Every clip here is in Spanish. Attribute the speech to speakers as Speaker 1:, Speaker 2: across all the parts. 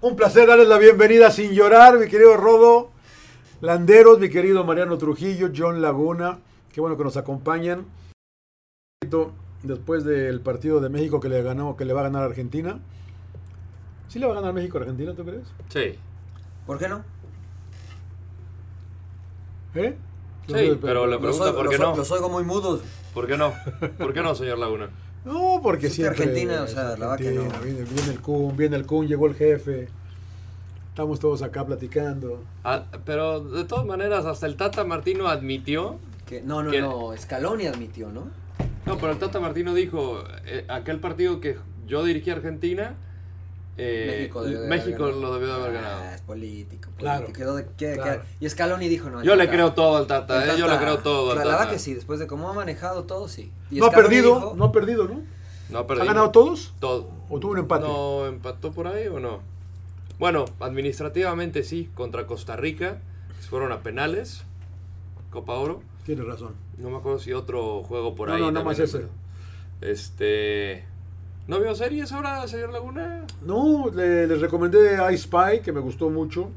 Speaker 1: Un placer darles la bienvenida sin llorar, mi querido Rodo Landeros, mi querido Mariano Trujillo, John Laguna. Qué bueno que nos acompañan. Después del partido de México que le ganó, que le va a ganar Argentina. ¿Sí le va a ganar México a Argentina, tú crees?
Speaker 2: Sí.
Speaker 3: ¿Por qué no?
Speaker 1: ¿Eh?
Speaker 2: Sí, pero la
Speaker 3: Los,
Speaker 2: pregunta
Speaker 3: oigo-
Speaker 2: ¿por
Speaker 3: los
Speaker 2: qué
Speaker 3: oigo-
Speaker 2: no?
Speaker 3: los oigo muy mudos.
Speaker 2: ¿Por qué no? ¿Por qué no, señor Laguna?
Speaker 1: No, porque
Speaker 3: Es que
Speaker 1: siempre.
Speaker 3: Argentina, o sea, la verdad que no.
Speaker 1: Argentina, Viene, viene el Kun, viene el Kun, llegó el jefe. Estamos todos acá platicando.
Speaker 2: Ah, pero de todas maneras, hasta el Tata Martino admitió.
Speaker 3: Que- no, no,
Speaker 2: ¿Qué?
Speaker 3: no. Scaloni admitió, ¿no?
Speaker 2: No, pero el Tata Martino dijo, eh, aquel partido que yo dirigí a Argentina, eh,
Speaker 3: México, debió de haber
Speaker 2: México
Speaker 3: ganado.
Speaker 2: lo debió de haber
Speaker 3: Ah,
Speaker 2: ganado.
Speaker 3: es político.
Speaker 1: Claro,
Speaker 3: político. Quedó de- que-
Speaker 1: claro.
Speaker 3: que- y Scaloni dijo, no.
Speaker 2: Yo
Speaker 3: el
Speaker 2: le
Speaker 3: Tata-
Speaker 2: creo todo al Tata,
Speaker 3: el
Speaker 2: eh, yo le
Speaker 3: Tata-
Speaker 2: creo todo al
Speaker 3: La,
Speaker 2: Tata.
Speaker 3: la verdad que sí, después de cómo ha manejado todo, sí. Y
Speaker 1: No ha
Speaker 3: Scaloni
Speaker 1: perdido,
Speaker 3: dijo-
Speaker 1: no ha perdido, ¿no?
Speaker 2: No,
Speaker 1: ¿Ha
Speaker 2: perdimos.
Speaker 1: ganado todos?
Speaker 2: Todo.
Speaker 1: ¿O tuvo un empate?
Speaker 2: ¿No empató por ahí o no? Bueno, administrativamente sí, contra Costa Rica, que fueron a penales, Copa Oro.
Speaker 1: Tienes razón.
Speaker 2: No me acuerdo si otro juego por
Speaker 1: No,
Speaker 2: ahí.
Speaker 1: no, nada
Speaker 2: también
Speaker 1: más
Speaker 2: empezó.
Speaker 1: ese.
Speaker 2: Este. ¿No vio series ahora, señor Laguna?
Speaker 1: No, le- les recomendé I Spy, que me gustó mucho.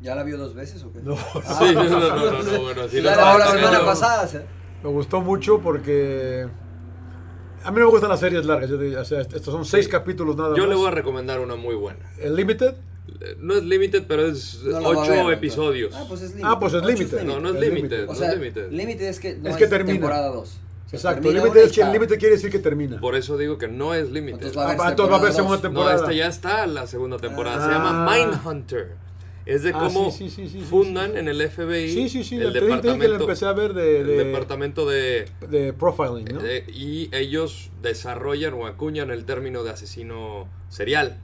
Speaker 3: ¿Ya la vio dos veces o qué?
Speaker 1: No.
Speaker 3: Ah,
Speaker 2: Sí, no, no, no, no, no, bueno, sí,
Speaker 3: ya
Speaker 2: la
Speaker 3: la vio la
Speaker 2: verdad que
Speaker 3: semana
Speaker 2: no.
Speaker 3: pasada. o sea.
Speaker 1: Me gustó mucho porque. A mí no me gustan las series largas. yo te- o sea, est- estos son seis capítulos nada
Speaker 2: Yo
Speaker 1: más.
Speaker 2: le voy a recomendar una muy buena.
Speaker 1: ¿El Limited?
Speaker 2: Eh, No es Limited, pero es
Speaker 3: No la va a
Speaker 2: ocho
Speaker 3: ver, entonces.
Speaker 2: episodios.
Speaker 3: Ah, pues es límite.
Speaker 1: Ah, pues es
Speaker 3: Ocho
Speaker 1: límite.
Speaker 2: No, no es
Speaker 1: El Limited.
Speaker 2: Limited. No
Speaker 3: O sea,
Speaker 2: es Limited.
Speaker 3: límite es que no
Speaker 1: Es
Speaker 3: es,
Speaker 1: que termina.
Speaker 3: temporada 2.
Speaker 1: Exacto. El límite es que el límite quiere decir que termina.
Speaker 2: Por eso digo que no es Limited.
Speaker 3: Entonces va a
Speaker 1: Ah,
Speaker 3: haber
Speaker 1: va- entonces va a haber
Speaker 3: temporada dos.
Speaker 1: segunda
Speaker 2: No,
Speaker 1: temporada.
Speaker 2: esta ya está la segunda temporada. Se
Speaker 1: Ah.
Speaker 2: llama Mindhunter. Es de
Speaker 1: Ah,
Speaker 2: cómo
Speaker 1: sí, sí, sí, sí, sí,
Speaker 2: fundan
Speaker 1: sí, sí.
Speaker 2: en el FBI
Speaker 1: Sí, sí, sí.
Speaker 2: el
Speaker 1: te dije- te dije que la
Speaker 2: departamento,
Speaker 1: empecé a ver de,
Speaker 2: el
Speaker 1: de-
Speaker 2: departamento de...
Speaker 1: de profiling, ¿no?
Speaker 2: eh, y ellos desarrollan o acuñan el término de asesino serial.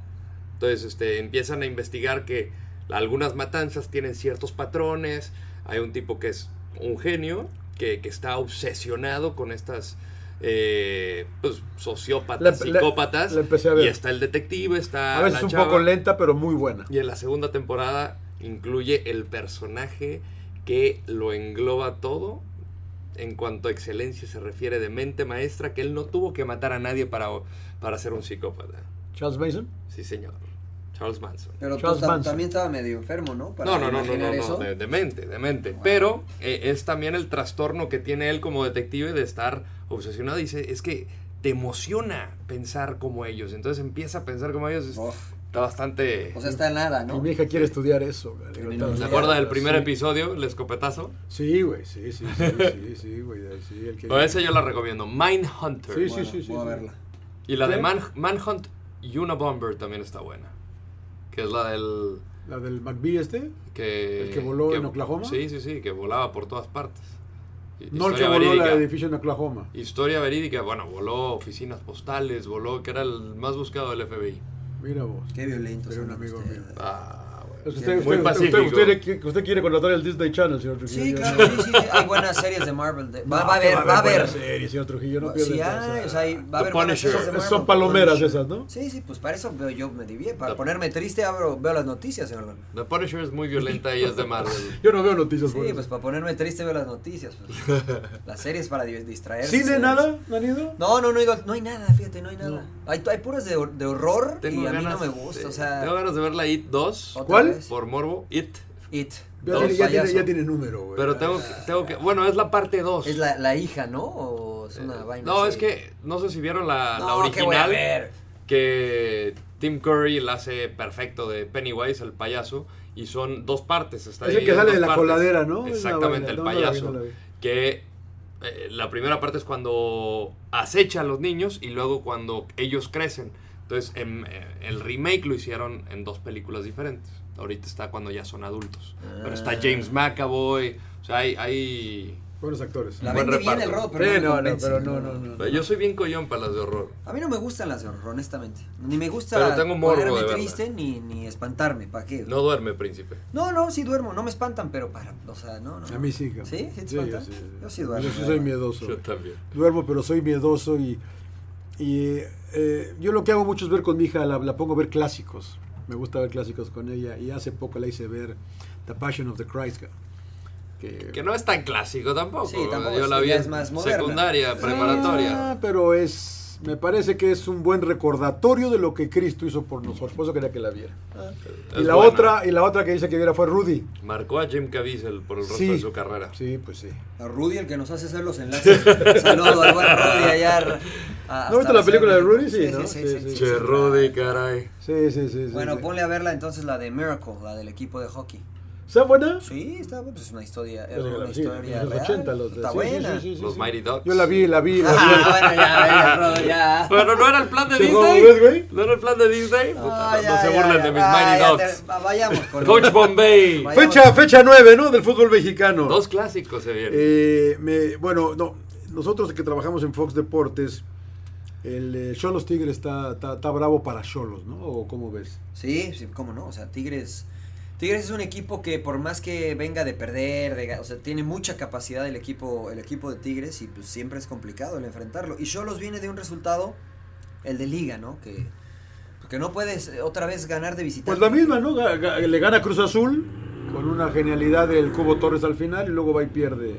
Speaker 2: Entonces este, empiezan a investigar que algunas matanzas tienen ciertos patrones. Hay un tipo que es un genio, que, que está obsesionado con estas... eh, pues, sociópatas,
Speaker 1: La- la-
Speaker 2: psicópatas.
Speaker 1: la empecé a ver.
Speaker 2: Y está el detective, está
Speaker 1: a veces
Speaker 2: la
Speaker 1: un
Speaker 2: chava.
Speaker 1: poco lenta, pero muy buena.
Speaker 2: Y en la segunda temporada incluye el personaje que lo engloba todo en cuanto a excelencia se refiere de mente maestra, que él no tuvo que matar a nadie para, para ser un psicópata.
Speaker 1: Charles Mason.
Speaker 2: Sí, señor. Charles Manson.
Speaker 3: Pero tú
Speaker 1: Charles
Speaker 3: tam-
Speaker 1: Manson.
Speaker 3: también estaba medio enfermo, ¿no? Para
Speaker 2: No, no, no, no, no,
Speaker 3: imaginar
Speaker 2: no,
Speaker 3: eso.
Speaker 2: de, de mente, de mente. Pero eh, es también el trastorno que tiene él como detective de estar obsesionado. Dice, es que te emociona pensar como ellos. Entonces empieza a pensar como ellos.
Speaker 3: Uf,
Speaker 2: Está bastante...
Speaker 3: Oh. o sea, está nada,
Speaker 1: Y
Speaker 3: ¿no?
Speaker 1: mi hija quiere estudiar eso. güey.
Speaker 3: Criminología.
Speaker 2: ¿Se acuerda del primer
Speaker 1: Sí.
Speaker 2: episodio, el escopetazo?
Speaker 1: Sí, güey, sí, sí, sí, sí, sí, güey. Sí, el que...
Speaker 2: No, esa yo la recomiendo. Mindhunter.
Speaker 1: Sí,
Speaker 3: Bueno,
Speaker 1: sí, sí,
Speaker 3: voy a
Speaker 1: sí.
Speaker 3: verla.
Speaker 2: Y la de
Speaker 1: ¿Sí?
Speaker 2: Man- Manhunt y una Bomber también está buena. Que es la del...
Speaker 1: La del McBee este.
Speaker 2: Que,
Speaker 1: ¿El que voló en Oklahoma?
Speaker 2: Sí, sí, sí, que volaba por todas partes. Hi-
Speaker 1: No el que
Speaker 2: historia
Speaker 1: voló la
Speaker 2: verídica.
Speaker 1: edificio en Oklahoma.
Speaker 2: Historia verídica, bueno, voló oficinas postales, voló, que era el más buscado del FBI.
Speaker 1: Mira vos.
Speaker 3: Qué violento.
Speaker 1: Era un
Speaker 3: son
Speaker 1: amigo
Speaker 3: ustedes.
Speaker 1: mío.
Speaker 2: Ah, bueno.
Speaker 1: Es que Usted,
Speaker 2: Muy
Speaker 1: usted, usted,
Speaker 2: pacífico.
Speaker 1: usted- usted quiere- usted quiere contratar el Disney Channel, señor Trujillo.
Speaker 3: Sí,
Speaker 1: Yo
Speaker 3: claro,
Speaker 1: no-
Speaker 3: sí, sí. sí. Hay buenas series de Marvel. de- Va,
Speaker 1: No,
Speaker 3: va a
Speaker 1: que
Speaker 3: haber, va a
Speaker 1: buena
Speaker 3: haber.
Speaker 1: serie, señor Trujillo, no pierda
Speaker 3: sí,
Speaker 1: el tiempo, o
Speaker 3: hay,
Speaker 1: sea,
Speaker 3: o sea, hay- va a
Speaker 2: The
Speaker 3: haber buenas
Speaker 2: Punisher.
Speaker 3: series de Marvel.
Speaker 1: Son palomeras
Speaker 3: Punisher.
Speaker 1: esas, ¿no?
Speaker 3: Sí, sí, pues para eso veo- yo me divierto. Para
Speaker 2: The-
Speaker 3: ponerme triste abro, veo las noticias, señor Laguna.
Speaker 2: The Punisher es muy violenta y es de Marvel.
Speaker 1: Yo no veo noticias
Speaker 3: Sí,
Speaker 1: buenas.
Speaker 3: pues para ponerme triste veo las noticias. pues. Las series para di- distraerse.
Speaker 1: ¿Cine
Speaker 3: señores.
Speaker 1: nada, Danido?
Speaker 3: No, no, no, hay, no hay nada, fíjate, no hay nada. Hay, hay puras de, de horror y a mí no me gusta,
Speaker 2: de-
Speaker 3: o sea...
Speaker 2: Tengo ganas de ver la IT 2
Speaker 3: otra
Speaker 1: ¿Cuál?
Speaker 3: vez.
Speaker 2: por morbo. IT.
Speaker 3: It.
Speaker 1: Ya,
Speaker 2: Dos,
Speaker 1: tiene, ya, tiene,
Speaker 3: payaso.
Speaker 1: ya tiene número, güey.
Speaker 2: Pero tengo, que- tengo que. Bueno, es la parte 2.
Speaker 3: Es la, la hija, ¿no? O es una vaina
Speaker 2: Eh, No,
Speaker 3: así?
Speaker 2: es que no sé si vieron la,
Speaker 3: No,
Speaker 2: la
Speaker 3: ¿qué voy a
Speaker 2: original.
Speaker 3: ver?
Speaker 2: Que Tim Curry la hace perfecto de Pennywise, el payaso. Y son dos partes. Está
Speaker 1: Es el
Speaker 2: dividido
Speaker 1: que
Speaker 2: en
Speaker 1: sale
Speaker 2: dos
Speaker 1: de la
Speaker 2: partes.
Speaker 1: coladera, ¿no? Es una vaina,
Speaker 2: Exactamente, el
Speaker 1: no, no la vi,
Speaker 2: payaso.
Speaker 1: no la vi.
Speaker 2: Que eh, la primera parte es cuando acecha a los niños y luego cuando ellos crecen. Entonces, em, eh, el remake lo hicieron en dos películas diferentes. Ahorita está cuando ya son adultos. Pero está
Speaker 3: Ah.
Speaker 2: James McAvoy. O sea, hay- hay
Speaker 1: Buenos actores.
Speaker 3: La
Speaker 2: Buen
Speaker 3: vende bien
Speaker 2: reparto.
Speaker 3: el rock, pero
Speaker 1: Sí,
Speaker 3: no, me
Speaker 1: no, no,
Speaker 3: convence,
Speaker 1: pero no, no, no.
Speaker 2: Yo soy bien collón para las de horror.
Speaker 3: A mí no me gustan las de horror, honestamente. Ni me gusta
Speaker 2: Pero tengo morbo de
Speaker 3: ponerme
Speaker 2: verla.
Speaker 3: triste ni, ni espantarme, ¿para qué?
Speaker 2: No duerme, príncipe.
Speaker 3: no, no, sí duermo, no me espantan, pero para, o sea, no, no.
Speaker 1: A mí sí, cabrón.
Speaker 3: ¿Sí? ¿Sí te
Speaker 1: yo
Speaker 3: espantan?
Speaker 1: sí,
Speaker 3: Yo sí duermo.
Speaker 1: Yo sí soy
Speaker 3: ¿verdad?
Speaker 1: miedoso. güey.
Speaker 2: también.
Speaker 1: Duermo, pero soy miedoso y, y, eh, yo lo que hago mucho es ver con mi hija, la, la pongo a ver clásicos. Me gusta ver clásicos con ella y hace poco la hice ver The Passion of the Christ. ca- Que,
Speaker 2: Que no es tan clásico tampoco.
Speaker 3: Sí, tampoco
Speaker 2: Yo
Speaker 3: es-
Speaker 2: la vi
Speaker 3: ya
Speaker 2: en
Speaker 3: es más moderna.
Speaker 2: secundaria, preparatoria.
Speaker 1: Ah, pero es Me parece que es un buen recordatorio de lo que Cristo hizo por nosotros. Por eso quería que la viera.
Speaker 2: Es
Speaker 1: Y la,
Speaker 2: buena.
Speaker 1: otra, y la otra que dice que viera fue Rudy.
Speaker 2: Marcó a Jim Caviezel por el resto
Speaker 1: Sí.
Speaker 2: de su carrera.
Speaker 1: Sí, pues sí.
Speaker 3: A Rudy, el que nos hace hacer los enlaces. Saludo al buen Rudy allá. a- a-
Speaker 1: ¿No
Speaker 3: hasta
Speaker 1: viste la película de
Speaker 3: Ciudad
Speaker 1: Rudy? Sí,
Speaker 3: México.
Speaker 1: ¿no? Sí, sí.
Speaker 2: Che, Rudy, caray.
Speaker 1: Sí, sí, sí. sí,
Speaker 3: Bueno,
Speaker 1: sí.
Speaker 3: ponle a verla entonces la de Miracle, la del equipo de hockey.
Speaker 1: ¿Está buena?
Speaker 3: Sí, está bueno, pues es una historia, es
Speaker 1: Pero
Speaker 3: una
Speaker 1: sí,
Speaker 3: historia
Speaker 1: los
Speaker 3: real.
Speaker 1: 80, los de-
Speaker 3: está
Speaker 1: sí, sí,
Speaker 3: buena.
Speaker 1: sí, sí, sí,
Speaker 2: Los
Speaker 1: sí.
Speaker 2: Mighty Ducks.
Speaker 1: Yo la vi, la vi, la vi.
Speaker 3: Ah, bueno, ya, ya, ya.
Speaker 2: Pero no era el plan de
Speaker 1: ¿Sí, cómo
Speaker 2: Disney.
Speaker 1: ves, güey?
Speaker 2: No era el plan de Disney. Puta,
Speaker 3: Ah,
Speaker 2: no,
Speaker 3: ya,
Speaker 2: no se
Speaker 3: ya,
Speaker 2: burlen
Speaker 3: ya,
Speaker 2: de mis
Speaker 3: ah,
Speaker 2: Mighty
Speaker 3: ya,
Speaker 2: Ducks.
Speaker 3: te- ah, vayamos con
Speaker 2: Coach Bombay.
Speaker 3: Vaya-
Speaker 1: Fecha, fecha 9, ¿no? Del fútbol mexicano.
Speaker 2: Dos clásicos se vienen.
Speaker 1: Eh, me- bueno, no, nosotros que trabajamos en Fox Deportes, el eh, Cholos Tigre está, está, está bravo para Cholos, ¿no? ¿O cómo ves?
Speaker 3: Sí, sí, cómo no, o sea, Tigres Tigres es un equipo que por más que venga de perder, de ga- o sea, tiene mucha capacidad el equipo el equipo de Tigres y pues siempre es complicado el enfrentarlo. Y Cholos viene de un resultado el de liga, ¿no? Que porque no puedes eh, otra vez ganar de
Speaker 1: Pues
Speaker 3: visitante.
Speaker 1: la misma, ¿no? Ga- ga- le gana Cruz Azul con una genialidad del Cubo Torres al final y luego va y pierde.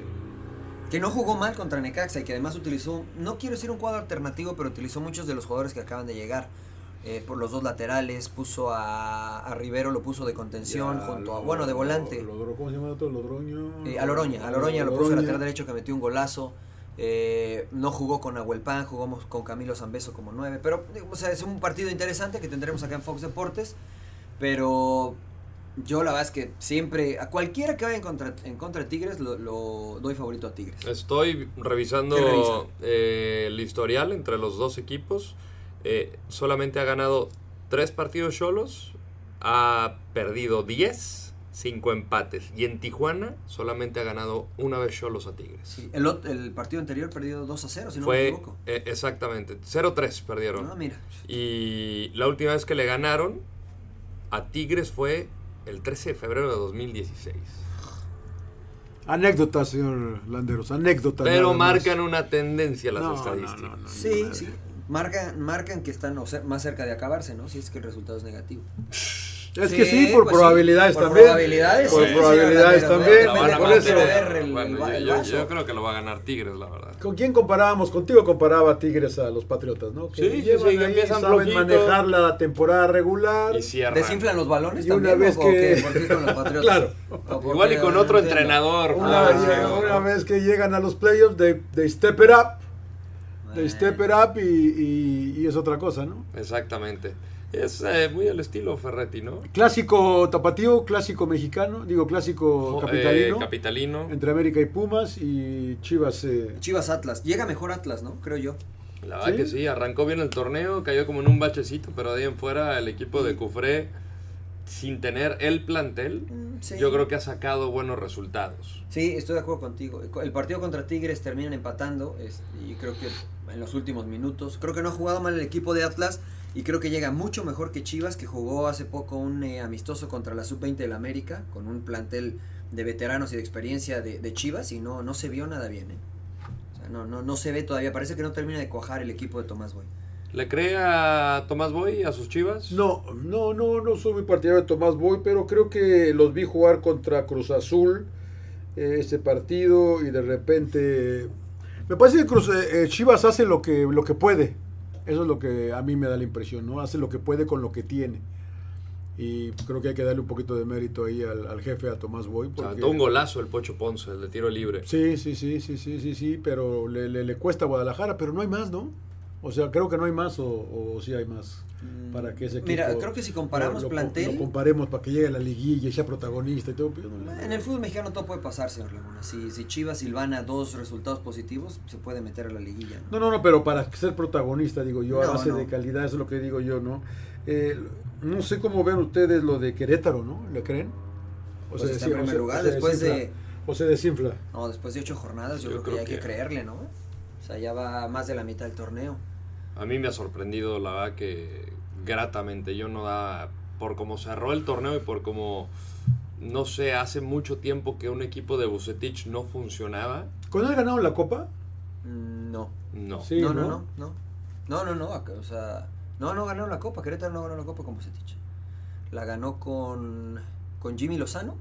Speaker 3: Que no jugó mal contra Necaxa y que además utilizó, no quiero decir un cuadro alternativo, pero utilizó muchos de los jugadores que acaban de llegar. Eh, por los dos laterales, puso a, a Rivero, lo puso de contención,
Speaker 1: Ya,
Speaker 3: junto a,
Speaker 1: lo-
Speaker 3: bueno, de volante.
Speaker 1: Lodro- ¿Cómo se llama el otro? Lodroño.
Speaker 3: Eh, a Loroña, a Loroña lo puso lateral derecho que metió un golazo. Eh, no jugó con Nahuel Pan, jugamos con Camilo Zambeso como nueve. Pero, digo, o sea, es un partido interesante que tendremos acá en Fox Deportes. Pero yo la verdad es que siempre, a cualquiera que vaya en contra, en contra de Tigres, lo, lo doy favorito a Tigres.
Speaker 2: Estoy
Speaker 3: ¿Qué
Speaker 2: revisando
Speaker 3: revisa?
Speaker 2: eh, el historial entre los dos equipos. Eh, solamente ha ganado tres partidos solos, ha perdido 10, cinco empates. Y en Tijuana solamente ha ganado una vez solos a Tigres.
Speaker 3: Sí, el, ot- el partido anterior perdido 2 a 0, si no me
Speaker 2: Fue
Speaker 3: equivoco.
Speaker 2: eh, exactamente 0-3 perdieron.
Speaker 3: Ah, mira.
Speaker 2: Y la última vez que le ganaron a Tigres fue el 13 de febrero de 2016.
Speaker 1: Anécdotas, señor Landeros, anécdotas.
Speaker 2: Pero
Speaker 1: nada más.
Speaker 2: marcan una tendencia las
Speaker 1: No, no,
Speaker 2: estadísticas.
Speaker 1: no, no,
Speaker 3: Sí,
Speaker 1: no,
Speaker 3: sí. Marcan, marcan que están o sea, más cerca de acabarse, ¿no? Si es que el resultado es negativo.
Speaker 1: Es que sí, por
Speaker 3: pues sí,
Speaker 1: probabilidades
Speaker 3: por
Speaker 1: también.
Speaker 3: probabilidades,
Speaker 1: Por
Speaker 3: sí,
Speaker 1: probabilidades
Speaker 3: sí,
Speaker 1: también.
Speaker 2: La van a
Speaker 1: por
Speaker 3: obviamente,
Speaker 1: eso.
Speaker 3: obviamente, ver el-
Speaker 2: Bueno,
Speaker 3: el va-
Speaker 2: yo-
Speaker 3: el
Speaker 2: yo,
Speaker 3: vaso.
Speaker 2: yo creo que lo va a ganar Tigres, la verdad.
Speaker 1: ¿Con quién comparábamos? Contigo comparaba a Tigres a los Patriotas, ¿no?
Speaker 2: Sí, sí,
Speaker 1: llevan
Speaker 2: sí, que empiezan
Speaker 1: saben
Speaker 2: flojito.
Speaker 1: manejar la temporada regular.
Speaker 2: Y cierran.
Speaker 3: ¿Desinflan los balones
Speaker 1: Y una
Speaker 3: también?
Speaker 1: vez
Speaker 3: o- o
Speaker 1: que-
Speaker 3: qué? ¿Por qué con los patriotas?
Speaker 1: Claro.
Speaker 3: ¿O por qué?
Speaker 2: Igual y con otro
Speaker 3: No entiendo.
Speaker 2: entrenador.
Speaker 1: Una,
Speaker 2: Ah,
Speaker 1: vez-
Speaker 2: sí,
Speaker 1: una
Speaker 2: no.
Speaker 1: vez que llegan a los playoffs, they, they step it up. They
Speaker 2: Eh.
Speaker 3: Bueno.
Speaker 1: step it up y, y- y es otra cosa, ¿no?
Speaker 2: Exactamente. Es eh, muy el estilo Ferretti, ¿no?
Speaker 1: Clásico tapatío, clásico mexicano, digo clásico
Speaker 2: Jo-
Speaker 1: capitalino,
Speaker 2: eh, capitalino.
Speaker 1: entre América y Pumas y Chivas. eh,
Speaker 3: Chivas Atlas. Llega mejor Atlas, ¿no? Creo yo.
Speaker 2: La verdad
Speaker 1: ¿Sí?
Speaker 2: que sí, arrancó bien el torneo, cayó como en un bachecito, pero de ahí en fuera el equipo de Cufré, sin tener el plantel,
Speaker 3: Mm, sí.
Speaker 2: yo creo que ha sacado buenos resultados.
Speaker 3: Sí, estoy de acuerdo contigo. El partido contra Tigres terminan empatando es- y creo que en los últimos minutos. Creo que no ha jugado mal el equipo de Atlas y creo que llega mucho mejor que Chivas, que jugó hace poco un eh, amistoso contra la Sub-20 del América, con un plantel de veteranos y de experiencia de, de Chivas y no, no se vio nada bien. ¿eh? O sea, no, no, no se ve todavía. Parece que no termina de cuajar el equipo de Tomás Boy.
Speaker 2: ¿Le cree a Tomás Boy, a sus chivas?
Speaker 1: No, no, no, no soy muy partidario de Tomás Boy, pero creo que los vi jugar contra Cruz Azul eh, ese partido y de repente eh, me parece que Cruz, eh, eh, Chivas hace lo que lo que puede. Eso es lo que a mí me da la impresión, ¿no? Hace lo que puede con lo que tiene. Y creo que hay que darle un poquito de mérito ahí al, al jefe, a Tomás Boy.
Speaker 2: O sea,
Speaker 1: porque-
Speaker 2: aventó un golazo el Pocho Ponce, el de tiro libre.
Speaker 1: Sí, sí, sí, sí, sí, sí, sí, pero le, le- le cuesta a Guadalajara, pero no hay más, ¿no? O sea, creo que no hay más o, o sí hay más para que ese equipo...
Speaker 3: Mira, creo que si comparamos
Speaker 1: lo- lo-
Speaker 3: plantel...
Speaker 1: Lo comparemos para que llegue a la liguilla y sea protagonista y todo. pero no, no.
Speaker 3: En el fútbol mexicano todo puede pasar, señor Laguna. Si, si Chivas silvana dos resultados positivos, se puede meter a la liguilla. ¿no?
Speaker 1: No, no, no, pero para ser protagonista, digo yo, a
Speaker 3: No,
Speaker 1: base
Speaker 3: no.
Speaker 1: de calidad, eso es lo que digo yo, ¿no? Eh, no sé cómo ven ustedes lo de Querétaro, ¿no? ¿Le creen?
Speaker 3: Pues está en
Speaker 1: desinfla-
Speaker 3: primer
Speaker 1: se-
Speaker 3: lugar,
Speaker 1: se
Speaker 3: después de-
Speaker 1: desinfla- O se desinfla.
Speaker 3: No, después de ocho jornadas yo,
Speaker 2: Yo
Speaker 3: creo, que
Speaker 2: creo
Speaker 3: ya hay que
Speaker 2: que-
Speaker 3: creerle, ¿no? O sea, ya va más de la mitad del torneo.
Speaker 2: A mí me ha sorprendido, la verdad, que gratamente. Yo no da. Por cómo cerró el torneo y por cómo. No sé, hace mucho tiempo que un equipo de Bucetich no funcionaba.
Speaker 1: ¿Con él ganaron la Copa?
Speaker 3: Mm, No.
Speaker 2: No.
Speaker 1: Sí,
Speaker 3: no, no,
Speaker 1: ¿no?
Speaker 3: no, no. No, no, no. ac- O sea, no, no ganaron la Copa. Querétaro no ganó la Copa con Bucetich. La ganó con, con Jimmy Lozano.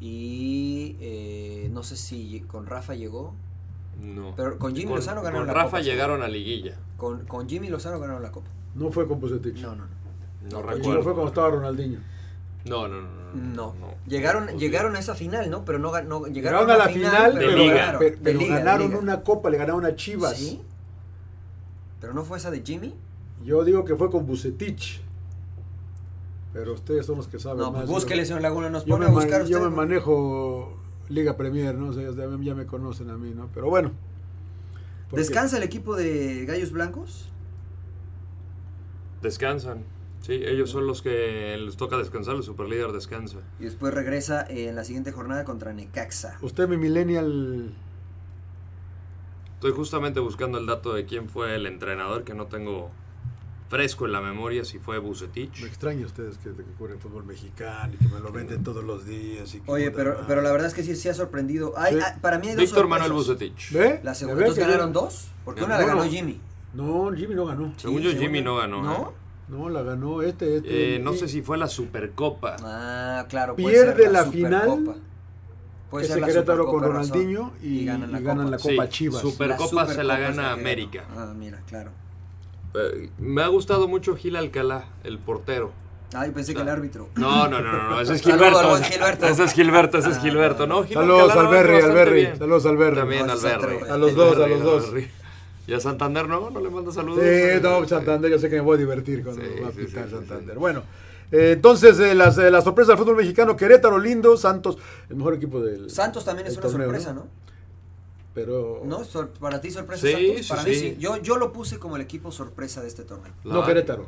Speaker 3: Y eh, no sé si con Rafa llegó.
Speaker 2: No.
Speaker 3: Pero con Jimmy Lozano ganaron
Speaker 2: con
Speaker 3: la
Speaker 2: Rafa
Speaker 3: Copa.
Speaker 2: llegaron a liguilla.
Speaker 3: Con, con Jimmy Lozano ganaron la Copa.
Speaker 1: No fue con Bucetich.
Speaker 3: No, no,
Speaker 1: Con
Speaker 2: No,
Speaker 3: no.
Speaker 1: Chivas
Speaker 2: recuerdo.
Speaker 1: fue cuando estaba Ronaldinho.
Speaker 2: No, no, no, no.
Speaker 3: No.
Speaker 2: no.
Speaker 3: Llegaron,
Speaker 2: Pues,
Speaker 3: llegaron a esa final, ¿no? Pero no, gan- no
Speaker 1: Llegaron, a la final,
Speaker 2: de
Speaker 1: pero,
Speaker 2: Liga.
Speaker 1: ganaron,
Speaker 3: de
Speaker 1: pero- pero
Speaker 3: Liga, de
Speaker 1: ganaron
Speaker 3: Liga.
Speaker 1: una copa, le ganaron a Chivas.
Speaker 3: Sí. Pero no fue esa de Jimmy.
Speaker 1: Yo digo que fue con Bucetich. Pero ustedes son los que saben
Speaker 3: No,
Speaker 1: más.
Speaker 3: pues búsquele, señor Laguna, nos
Speaker 1: Yo
Speaker 3: pone
Speaker 1: me,
Speaker 3: a
Speaker 1: man-
Speaker 3: buscar
Speaker 1: yo
Speaker 3: usted,
Speaker 1: me
Speaker 3: ¿no?
Speaker 1: manejo Liga Premier, ¿no? O sea, ya, ya me conocen a mí, ¿no? Pero bueno. porque-
Speaker 3: ¿Descansa el equipo de Gallos Blancos?
Speaker 2: Descansan. Sí, ellos son los que les toca descansar, el superlíder descansa.
Speaker 3: Y después regresa eh, en la siguiente jornada contra Necaxa.
Speaker 1: Usted, mi millennial,
Speaker 2: Estoy justamente buscando el dato de quién fue el entrenador que no tengo fresco en la memoria si fue
Speaker 1: me
Speaker 2: Bucetich.
Speaker 1: extraña a ustedes que, que cubren fútbol mexicano y que me lo venden todos los días. Y que
Speaker 3: Oye,
Speaker 1: puta
Speaker 3: pero,
Speaker 1: madre.
Speaker 3: pero la verdad es que sí, sí ha sorprendido. Hay-
Speaker 1: Sí.
Speaker 3: ah, para mí hay dos
Speaker 2: Víctor
Speaker 3: sorpresas.
Speaker 2: Manuel Bucetich.
Speaker 1: ¿Ve?
Speaker 3: La
Speaker 1: ¿Ve
Speaker 3: segunda. ¿Entonces
Speaker 1: que yo-
Speaker 3: ganaron dos? Porque una la
Speaker 1: Ninguno.
Speaker 3: ganó Jimmy.
Speaker 1: No, Jimmy no ganó.
Speaker 2: Según yo, Jimmy no ganó,
Speaker 3: ¿No?
Speaker 2: ¿eh?
Speaker 1: No, la ganó este. este
Speaker 2: Eh, no
Speaker 1: y-
Speaker 2: sé si fue la Supercopa.
Speaker 3: Ah, claro. puede
Speaker 1: Pierde
Speaker 3: ser
Speaker 1: la final.
Speaker 3: Supercopa. Puede
Speaker 1: Ese
Speaker 3: ser la
Speaker 1: este Querétaro con
Speaker 3: Supercopa, razón.
Speaker 1: Ronaldinho y, ganan la Copa,
Speaker 2: Sí,
Speaker 1: Chivas.
Speaker 2: su- Supercopa se la
Speaker 3: Supercopa
Speaker 2: gana
Speaker 3: ganó.
Speaker 2: América.
Speaker 3: Ah, mira, claro.
Speaker 2: Eh, me ha gustado mucho Gil Alcalá, el portero.
Speaker 3: Ay, pensé que el árbitro.
Speaker 2: No, no, no, no, no, ese es
Speaker 3: Saludo al
Speaker 2: Gilberto.
Speaker 3: buen Gilberto.
Speaker 2: Ese es Gilberto, ese es
Speaker 3: Ah,
Speaker 2: Gilberto, ¿no? Gil
Speaker 1: Saludos
Speaker 2: Alcalá
Speaker 1: al
Speaker 2: lo ha hecho
Speaker 1: Berry, al
Speaker 2: bastante
Speaker 1: Berry.
Speaker 2: bien.
Speaker 1: Saludos al Berry.
Speaker 2: También
Speaker 3: No,
Speaker 2: al
Speaker 3: ese es otro,
Speaker 2: Berry.
Speaker 3: güey.
Speaker 1: A los dos, a los
Speaker 2: Al
Speaker 1: dos.
Speaker 2: Berry. Y a Santander, ¿no? No le manda saludos.
Speaker 1: Sí, no, Santander, yo sé que me voy a divertir cuando
Speaker 2: Sí,
Speaker 1: va a
Speaker 2: sí, sí,
Speaker 1: pitar
Speaker 2: sí,
Speaker 1: Santander.
Speaker 2: sí.
Speaker 1: Bueno, eh, entonces, eh, las, eh, las sorpresas del fútbol mexicano, Querétaro, lindo, Santos, el mejor equipo del
Speaker 3: Santos también es
Speaker 1: del
Speaker 3: una
Speaker 1: torneo,
Speaker 3: sorpresa, ¿no?
Speaker 1: Pero
Speaker 3: ¿No? Sor- para ti sorpresa
Speaker 2: Sí,
Speaker 3: Santos.
Speaker 2: sí,
Speaker 3: Para mí
Speaker 2: sí.
Speaker 3: sí. Yo, yo lo puse como el equipo sorpresa de este torneo.
Speaker 1: no Querétaro.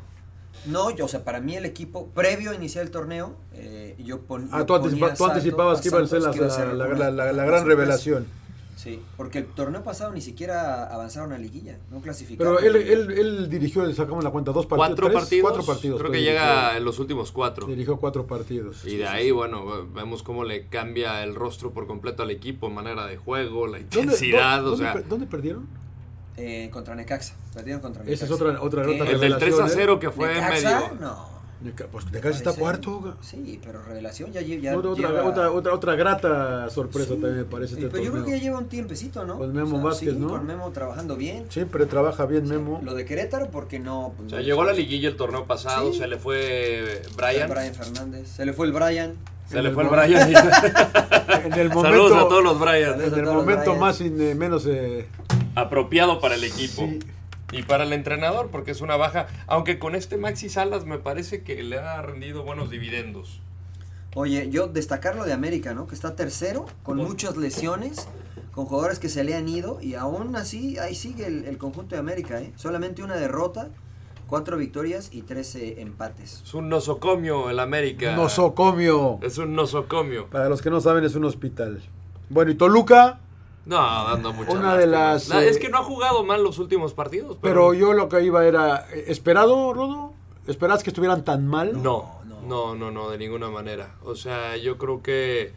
Speaker 3: No, yo, o sea, para mí el equipo, previo a iniciar el torneo, eh, yo, pon,
Speaker 1: Ah,
Speaker 3: yo
Speaker 1: tú,
Speaker 3: ponía
Speaker 1: anticipa-
Speaker 3: a
Speaker 1: tú
Speaker 3: Santos-
Speaker 1: anticipabas que iba a ser la,
Speaker 3: Santos, que iba a ser
Speaker 1: la-
Speaker 3: una-
Speaker 1: la- la- la
Speaker 3: una
Speaker 1: gran
Speaker 3: sorpresa.
Speaker 1: revelación.
Speaker 3: Sí, porque el torneo pasado ni siquiera avanzaron a liguilla, no clasificaron.
Speaker 1: Pero él, él, él dirigió, le sacamos la cuenta, dos partidos.
Speaker 2: Cuatro
Speaker 1: tres,
Speaker 2: partidos.
Speaker 1: Cuatro partidos.
Speaker 2: Creo
Speaker 1: creo
Speaker 2: que
Speaker 1: dirigió.
Speaker 2: llega en los últimos cuatro.
Speaker 1: Dirigió cuatro partidos.
Speaker 2: Y de ahí, bueno, ve- vemos cómo le cambia el rostro por completo al equipo, manera de juego, la
Speaker 1: ¿Dónde,
Speaker 2: intensidad,
Speaker 1: dónde-
Speaker 2: o sea,
Speaker 1: dónde per- ¿Dónde perdieron?
Speaker 3: Eh, contra Necaxa, perdieron contra Necaxa.
Speaker 1: Esa es otra- otra
Speaker 3: ¿Qué?
Speaker 1: nota
Speaker 2: el del 3 a
Speaker 1: revelación, ¿eh?
Speaker 2: 0 que fue
Speaker 3: ¿Necaxa?
Speaker 2: medio...
Speaker 3: No.
Speaker 1: Neca- Pues Necaxa está
Speaker 3: Parece-
Speaker 1: cuarto. ga-
Speaker 3: Sí, pero revelación ya, lle- ya
Speaker 1: otra, otra-
Speaker 3: lleva...
Speaker 1: otra, otra, otra grata sorpresa
Speaker 3: Sí.
Speaker 1: también me parece.
Speaker 3: Y
Speaker 1: Este
Speaker 3: pero yo creo
Speaker 1: torneo.
Speaker 3: que ya lleva un tiempecito, ¿no?
Speaker 1: Con Memo Vázquez,
Speaker 3: sí,
Speaker 1: ¿no?
Speaker 3: Con Memo trabajando bien.
Speaker 1: Siempre trabaja bien Memo.
Speaker 3: Lo de Querétaro, porque no.
Speaker 2: O sea, llegó a la liguilla el torneo pasado,
Speaker 3: Sí.
Speaker 2: se le fue
Speaker 3: Brian.
Speaker 2: Brian.
Speaker 3: Fernández. Se le fue el Brian.
Speaker 2: Se le
Speaker 1: El
Speaker 2: fue el
Speaker 1: Mon-
Speaker 2: Brian.
Speaker 1: En el
Speaker 2: Saludos a todos los Brian. ¿eh?
Speaker 3: Saludos
Speaker 1: En
Speaker 3: a
Speaker 1: el
Speaker 3: todos los
Speaker 1: momento
Speaker 3: Bryans.
Speaker 1: más y menos eh,
Speaker 2: Apropiado para el equipo.
Speaker 1: Sí.
Speaker 2: Y para el entrenador, porque es una baja. Aunque con este Maxi Salas me parece que le ha rendido buenos dividendos.
Speaker 3: Oye, yo destacar lo de América, ¿no? Que está tercero, con muchas lesiones, con jugadores que se le han ido, y aún así, ahí sigue el, el conjunto de América, ¿eh? Solamente una derrota, cuatro victorias y trece empates.
Speaker 2: Es un nosocomio el América.
Speaker 1: nosocomio.
Speaker 2: Es un nosocomio.
Speaker 1: Para los que no saben, es un hospital. Bueno, y Toluca,
Speaker 2: No, dando mucha
Speaker 1: Una de
Speaker 2: lástima.
Speaker 1: las,
Speaker 2: La-
Speaker 1: eh,
Speaker 2: Es que no ha jugado mal los últimos partidos. Pero,
Speaker 1: pero yo lo que iba era. eh, ¿Esperado, Rodo? ¿Esperabas que estuvieran tan mal?
Speaker 2: No,
Speaker 3: No,
Speaker 2: no,
Speaker 3: no.
Speaker 2: no, no, de ninguna manera. O sea, yo creo que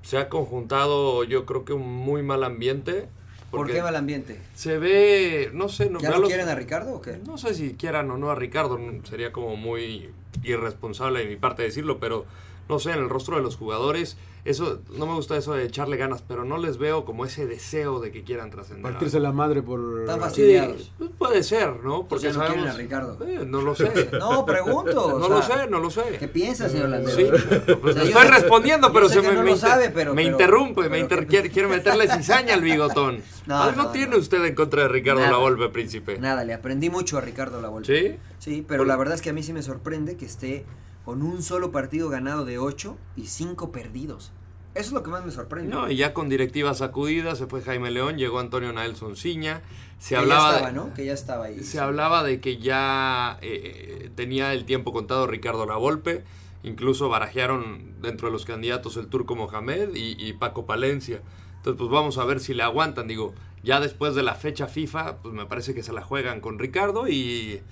Speaker 2: se ha conjuntado, yo creo que un muy mal ambiente.
Speaker 3: ¿Por
Speaker 2: Porque
Speaker 3: qué mal ambiente?
Speaker 2: Se ve, no sé, no,
Speaker 3: ¿Ya
Speaker 2: veo
Speaker 3: no
Speaker 2: los-
Speaker 3: quieren a Ricardo o qué?
Speaker 2: no sé si quieran o no a Ricardo, n- sería como muy irresponsable de mi parte decirlo, pero no sé, en el rostro de los jugadores, eso no me gusta eso de echarle ganas, pero no les veo como ese deseo de que quieran trascender. a-
Speaker 1: Partirse la madre por.
Speaker 3: Tan fácil.
Speaker 2: Sí,
Speaker 3: Fastidiados.
Speaker 2: pues puede ser, ¿no? Porque
Speaker 3: Pues ya no quieren
Speaker 2: sabemos,
Speaker 3: a Ricardo.
Speaker 2: Eh, no lo sé.
Speaker 3: No, pregunto. o
Speaker 2: No lo
Speaker 3: sea,
Speaker 2: sé, no lo sé.
Speaker 3: ¿Qué piensas, señor Landero?
Speaker 2: Sí,
Speaker 3: O
Speaker 2: pues,
Speaker 3: sea,
Speaker 2: le
Speaker 3: yo
Speaker 2: estoy
Speaker 3: sé-
Speaker 2: respondiendo,
Speaker 3: yo
Speaker 2: pero
Speaker 3: sé
Speaker 2: se
Speaker 3: que
Speaker 2: me,
Speaker 3: no
Speaker 2: me
Speaker 3: lo
Speaker 2: inter-
Speaker 3: sabe, pero-
Speaker 2: me
Speaker 3: pero-
Speaker 2: interrumpe, me
Speaker 3: pero
Speaker 2: inter-
Speaker 3: que-
Speaker 2: quiere, quiere meterle cizaña al bigotón.
Speaker 3: No,
Speaker 2: Algo
Speaker 3: no,
Speaker 2: tiene
Speaker 3: no.
Speaker 2: usted en contra de Ricardo
Speaker 3: Nada.
Speaker 2: La Volpe, príncipe.
Speaker 3: Nada, le aprendí mucho a Ricardo la vuelta.
Speaker 2: ¿Sí?
Speaker 3: Sí, pero la verdad es que a mí sí me sorprende que esté con un solo partido ganado de 8 y 5 perdidos. Eso es lo que más me sorprende.
Speaker 2: No, y ya con directivas sacudidas, se fue Jaime León, llegó Antonio Nelson Ciña. Se
Speaker 3: que
Speaker 2: hablaba,
Speaker 3: ya estaba,
Speaker 2: de,
Speaker 3: ¿no? Que ya estaba ahí.
Speaker 2: se hablaba de que ya eh, tenía el tiempo contado Ricardo La Volpe. Incluso barajearon dentro de los candidatos el turco Mohamed y, y Paco Palencia. Entonces, pues vamos a ver si le aguantan. Digo, ya después de la fecha FIFA, pues me parece que se la juegan con Ricardo y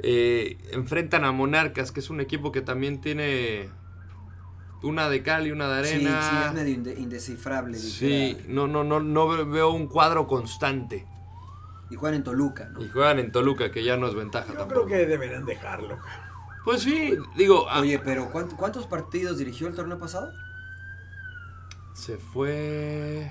Speaker 2: eh, enfrentan a Monarcas, que es un equipo que también tiene una de cal y una de
Speaker 3: Sí,
Speaker 2: arena.
Speaker 3: sí, es medio inde- indescifrable.
Speaker 2: Sí,
Speaker 3: dijera.
Speaker 2: no, no, no, no ve- veo un cuadro constante.
Speaker 3: Y juegan en Toluca, ¿no?
Speaker 2: Y juegan en Toluca, que ya no es ventaja
Speaker 1: Yo
Speaker 2: tampoco.
Speaker 1: creo que deberán dejarlo. ca.
Speaker 2: Pues sí, digo, ah,
Speaker 3: Oye, pero ¿cuánt- ¿cuántos partidos dirigió el torneo pasado?
Speaker 2: se fue.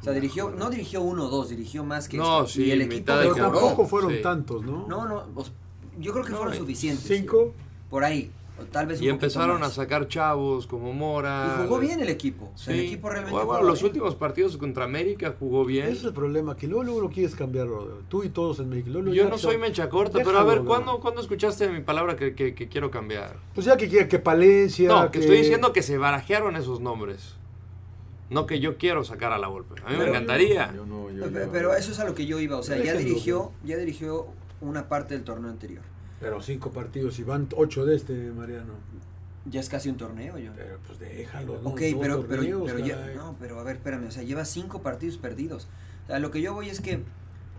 Speaker 3: O sea, dirigió, no dirigió uno o dos, dirigió más que
Speaker 2: No,
Speaker 3: esto.
Speaker 2: sí,
Speaker 3: y el
Speaker 2: mitad
Speaker 1: Pero
Speaker 2: de
Speaker 3: equipo mejoró.
Speaker 2: jornada.
Speaker 1: tampoco fueron
Speaker 2: Sí.
Speaker 1: tantos, ¿no?
Speaker 3: No, no, os- yo creo que
Speaker 2: No,
Speaker 3: fueron
Speaker 2: eh,
Speaker 3: suficientes.
Speaker 1: Cinco.
Speaker 3: Por ahí, o tal vez un
Speaker 2: Y
Speaker 3: poquito
Speaker 2: empezaron a
Speaker 3: más.
Speaker 2: sacar chavos como
Speaker 1: Ah,
Speaker 2: Mora.
Speaker 3: Y jugó bien el equipo. O sea, el
Speaker 2: Sí.
Speaker 3: equipo realmente
Speaker 2: Bueno,
Speaker 3: jugó
Speaker 2: los
Speaker 3: bien.
Speaker 2: últimos partidos contra América jugó bien.
Speaker 1: Ese es el problema, que luego, luego lo quieres cambiar, Rodrigo. tú y todos en México. Luego,
Speaker 2: Yo
Speaker 1: ya
Speaker 2: no
Speaker 1: te-
Speaker 2: soy mecha corta, pero a
Speaker 1: Déjalo,
Speaker 2: ver,
Speaker 1: no.
Speaker 2: ¿cuándo, ¿cuándo escuchaste mi palabra que, que- que quiero cambiar?
Speaker 1: Pues ya que quiera que Palencia.
Speaker 2: No, que estoy diciendo que se barajearon esos nombres. No que yo quiero sacar a la golpe. A mí me
Speaker 3: Pero-
Speaker 2: encantaría.
Speaker 4: Yo no, yo-
Speaker 3: Pe-
Speaker 4: yo-
Speaker 3: Pero eso es a lo que yo iba. O sea, ya
Speaker 1: Déjenlo,
Speaker 3: dirigió, ya dirigió una parte del torneo anterior.
Speaker 1: Pero cinco partidos y van ocho de este, Mariano.
Speaker 3: Ya es casi un torneo, yo.
Speaker 1: Pero pues déjalo. ¿no?
Speaker 3: Ok,
Speaker 1: Dos
Speaker 3: pero, pero,
Speaker 1: torneos,
Speaker 3: pero ya-
Speaker 1: caray.
Speaker 3: No, pero a ver, espérame. O sea, lleva cinco partidos perdidos. O sea, lo que yo voy es que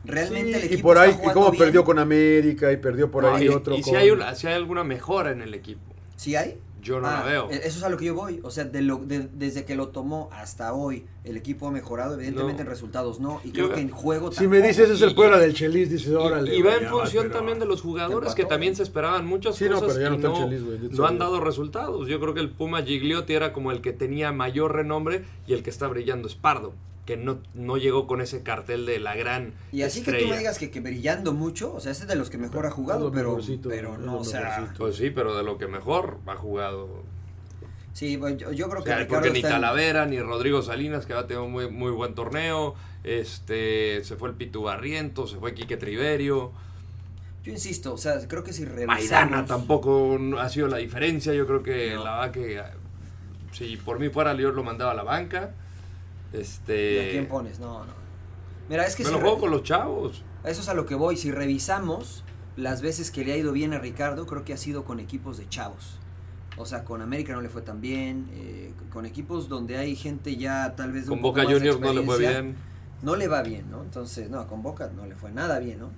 Speaker 3: realmente
Speaker 1: Sí,
Speaker 3: el equipo.
Speaker 1: y por ahí, y
Speaker 3: está
Speaker 1: cómo
Speaker 3: jugando bien.
Speaker 1: perdió con América, y perdió por
Speaker 2: No,
Speaker 1: ahí
Speaker 2: y,
Speaker 1: otro.
Speaker 2: y si,
Speaker 1: con-
Speaker 2: hay una- si hay alguna mejora en el equipo.
Speaker 3: ¿Sí hay?
Speaker 2: Yo no la
Speaker 3: Ah,
Speaker 2: veo.
Speaker 3: e- Eso es a lo que yo voy. O sea, de lo- de- desde que lo tomó hasta hoy, el equipo ha mejorado, evidentemente
Speaker 2: No.
Speaker 3: en resultados no. Y
Speaker 2: Yo-
Speaker 3: creo que en juego
Speaker 1: Si me
Speaker 3: tampoco.
Speaker 1: dices es el
Speaker 2: Y-
Speaker 1: Puebla del Chelis, dices, órale.
Speaker 2: y, y va
Speaker 1: güey,
Speaker 2: en
Speaker 1: ya
Speaker 2: función
Speaker 1: pero-
Speaker 2: también de los jugadores que
Speaker 3: empató. ¿eh?
Speaker 2: también se esperaban muchas
Speaker 1: Sí, no,
Speaker 2: cosas
Speaker 1: pero ya no
Speaker 2: y
Speaker 1: está
Speaker 2: no,
Speaker 1: el Chelis, güey, de hecho,
Speaker 2: no han
Speaker 1: ya.
Speaker 2: dado resultados. Yo creo que el Puma Gigliotti era como el que tenía mayor renombre y el que está brillando es Pardo, que no, no llegó con ese cartel de la gran
Speaker 3: Y así que tú
Speaker 2: estrella.
Speaker 3: me digas que, que brillando mucho, o sea, este es de los que mejor ha
Speaker 1: Es
Speaker 3: jugado,
Speaker 1: lo
Speaker 3: pero,
Speaker 1: mejorcito,
Speaker 3: pero
Speaker 1: es
Speaker 3: no,
Speaker 1: lo
Speaker 3: o sea.
Speaker 1: mejorcito.
Speaker 2: Pues sí, pero de lo que mejor ha jugado.
Speaker 3: Sí, bueno, yo, yo creo
Speaker 2: O sea,
Speaker 3: que
Speaker 2: porque
Speaker 3: Ricardo
Speaker 2: ni
Speaker 3: está en-
Speaker 2: Talavera, ni Rodrigo Salinas, que ha tenido muy, muy buen torneo, este se fue el Pitu Barrientos, se fue Quique Triverio,
Speaker 3: Yo insisto, o sea, creo que si revisamos.
Speaker 2: Maidana tampoco ha sido la diferencia. Yo creo que
Speaker 3: No.
Speaker 2: la verdad que ah, si por mí fuera yo lo mandaba a la banca.
Speaker 3: ¿Y
Speaker 2: Este.
Speaker 3: a quién pones? No, no. Mira, es que
Speaker 2: me
Speaker 3: si
Speaker 2: lo
Speaker 3: re-
Speaker 2: juego con los chavos.
Speaker 3: a eso es a lo que voy. Si revisamos las veces que le ha ido bien a Ricardo, creo que ha sido con equipos de chavos. O sea, con América no le fue tan bien, eh, con equipos donde hay gente ya tal vez de un
Speaker 2: Con
Speaker 3: poco
Speaker 2: Boca
Speaker 3: más de
Speaker 2: Juniors no le fue
Speaker 3: experiencia.
Speaker 2: bien.
Speaker 3: no le va bien, ¿no? Entonces, no, con Boca no le fue nada bien, ¿no?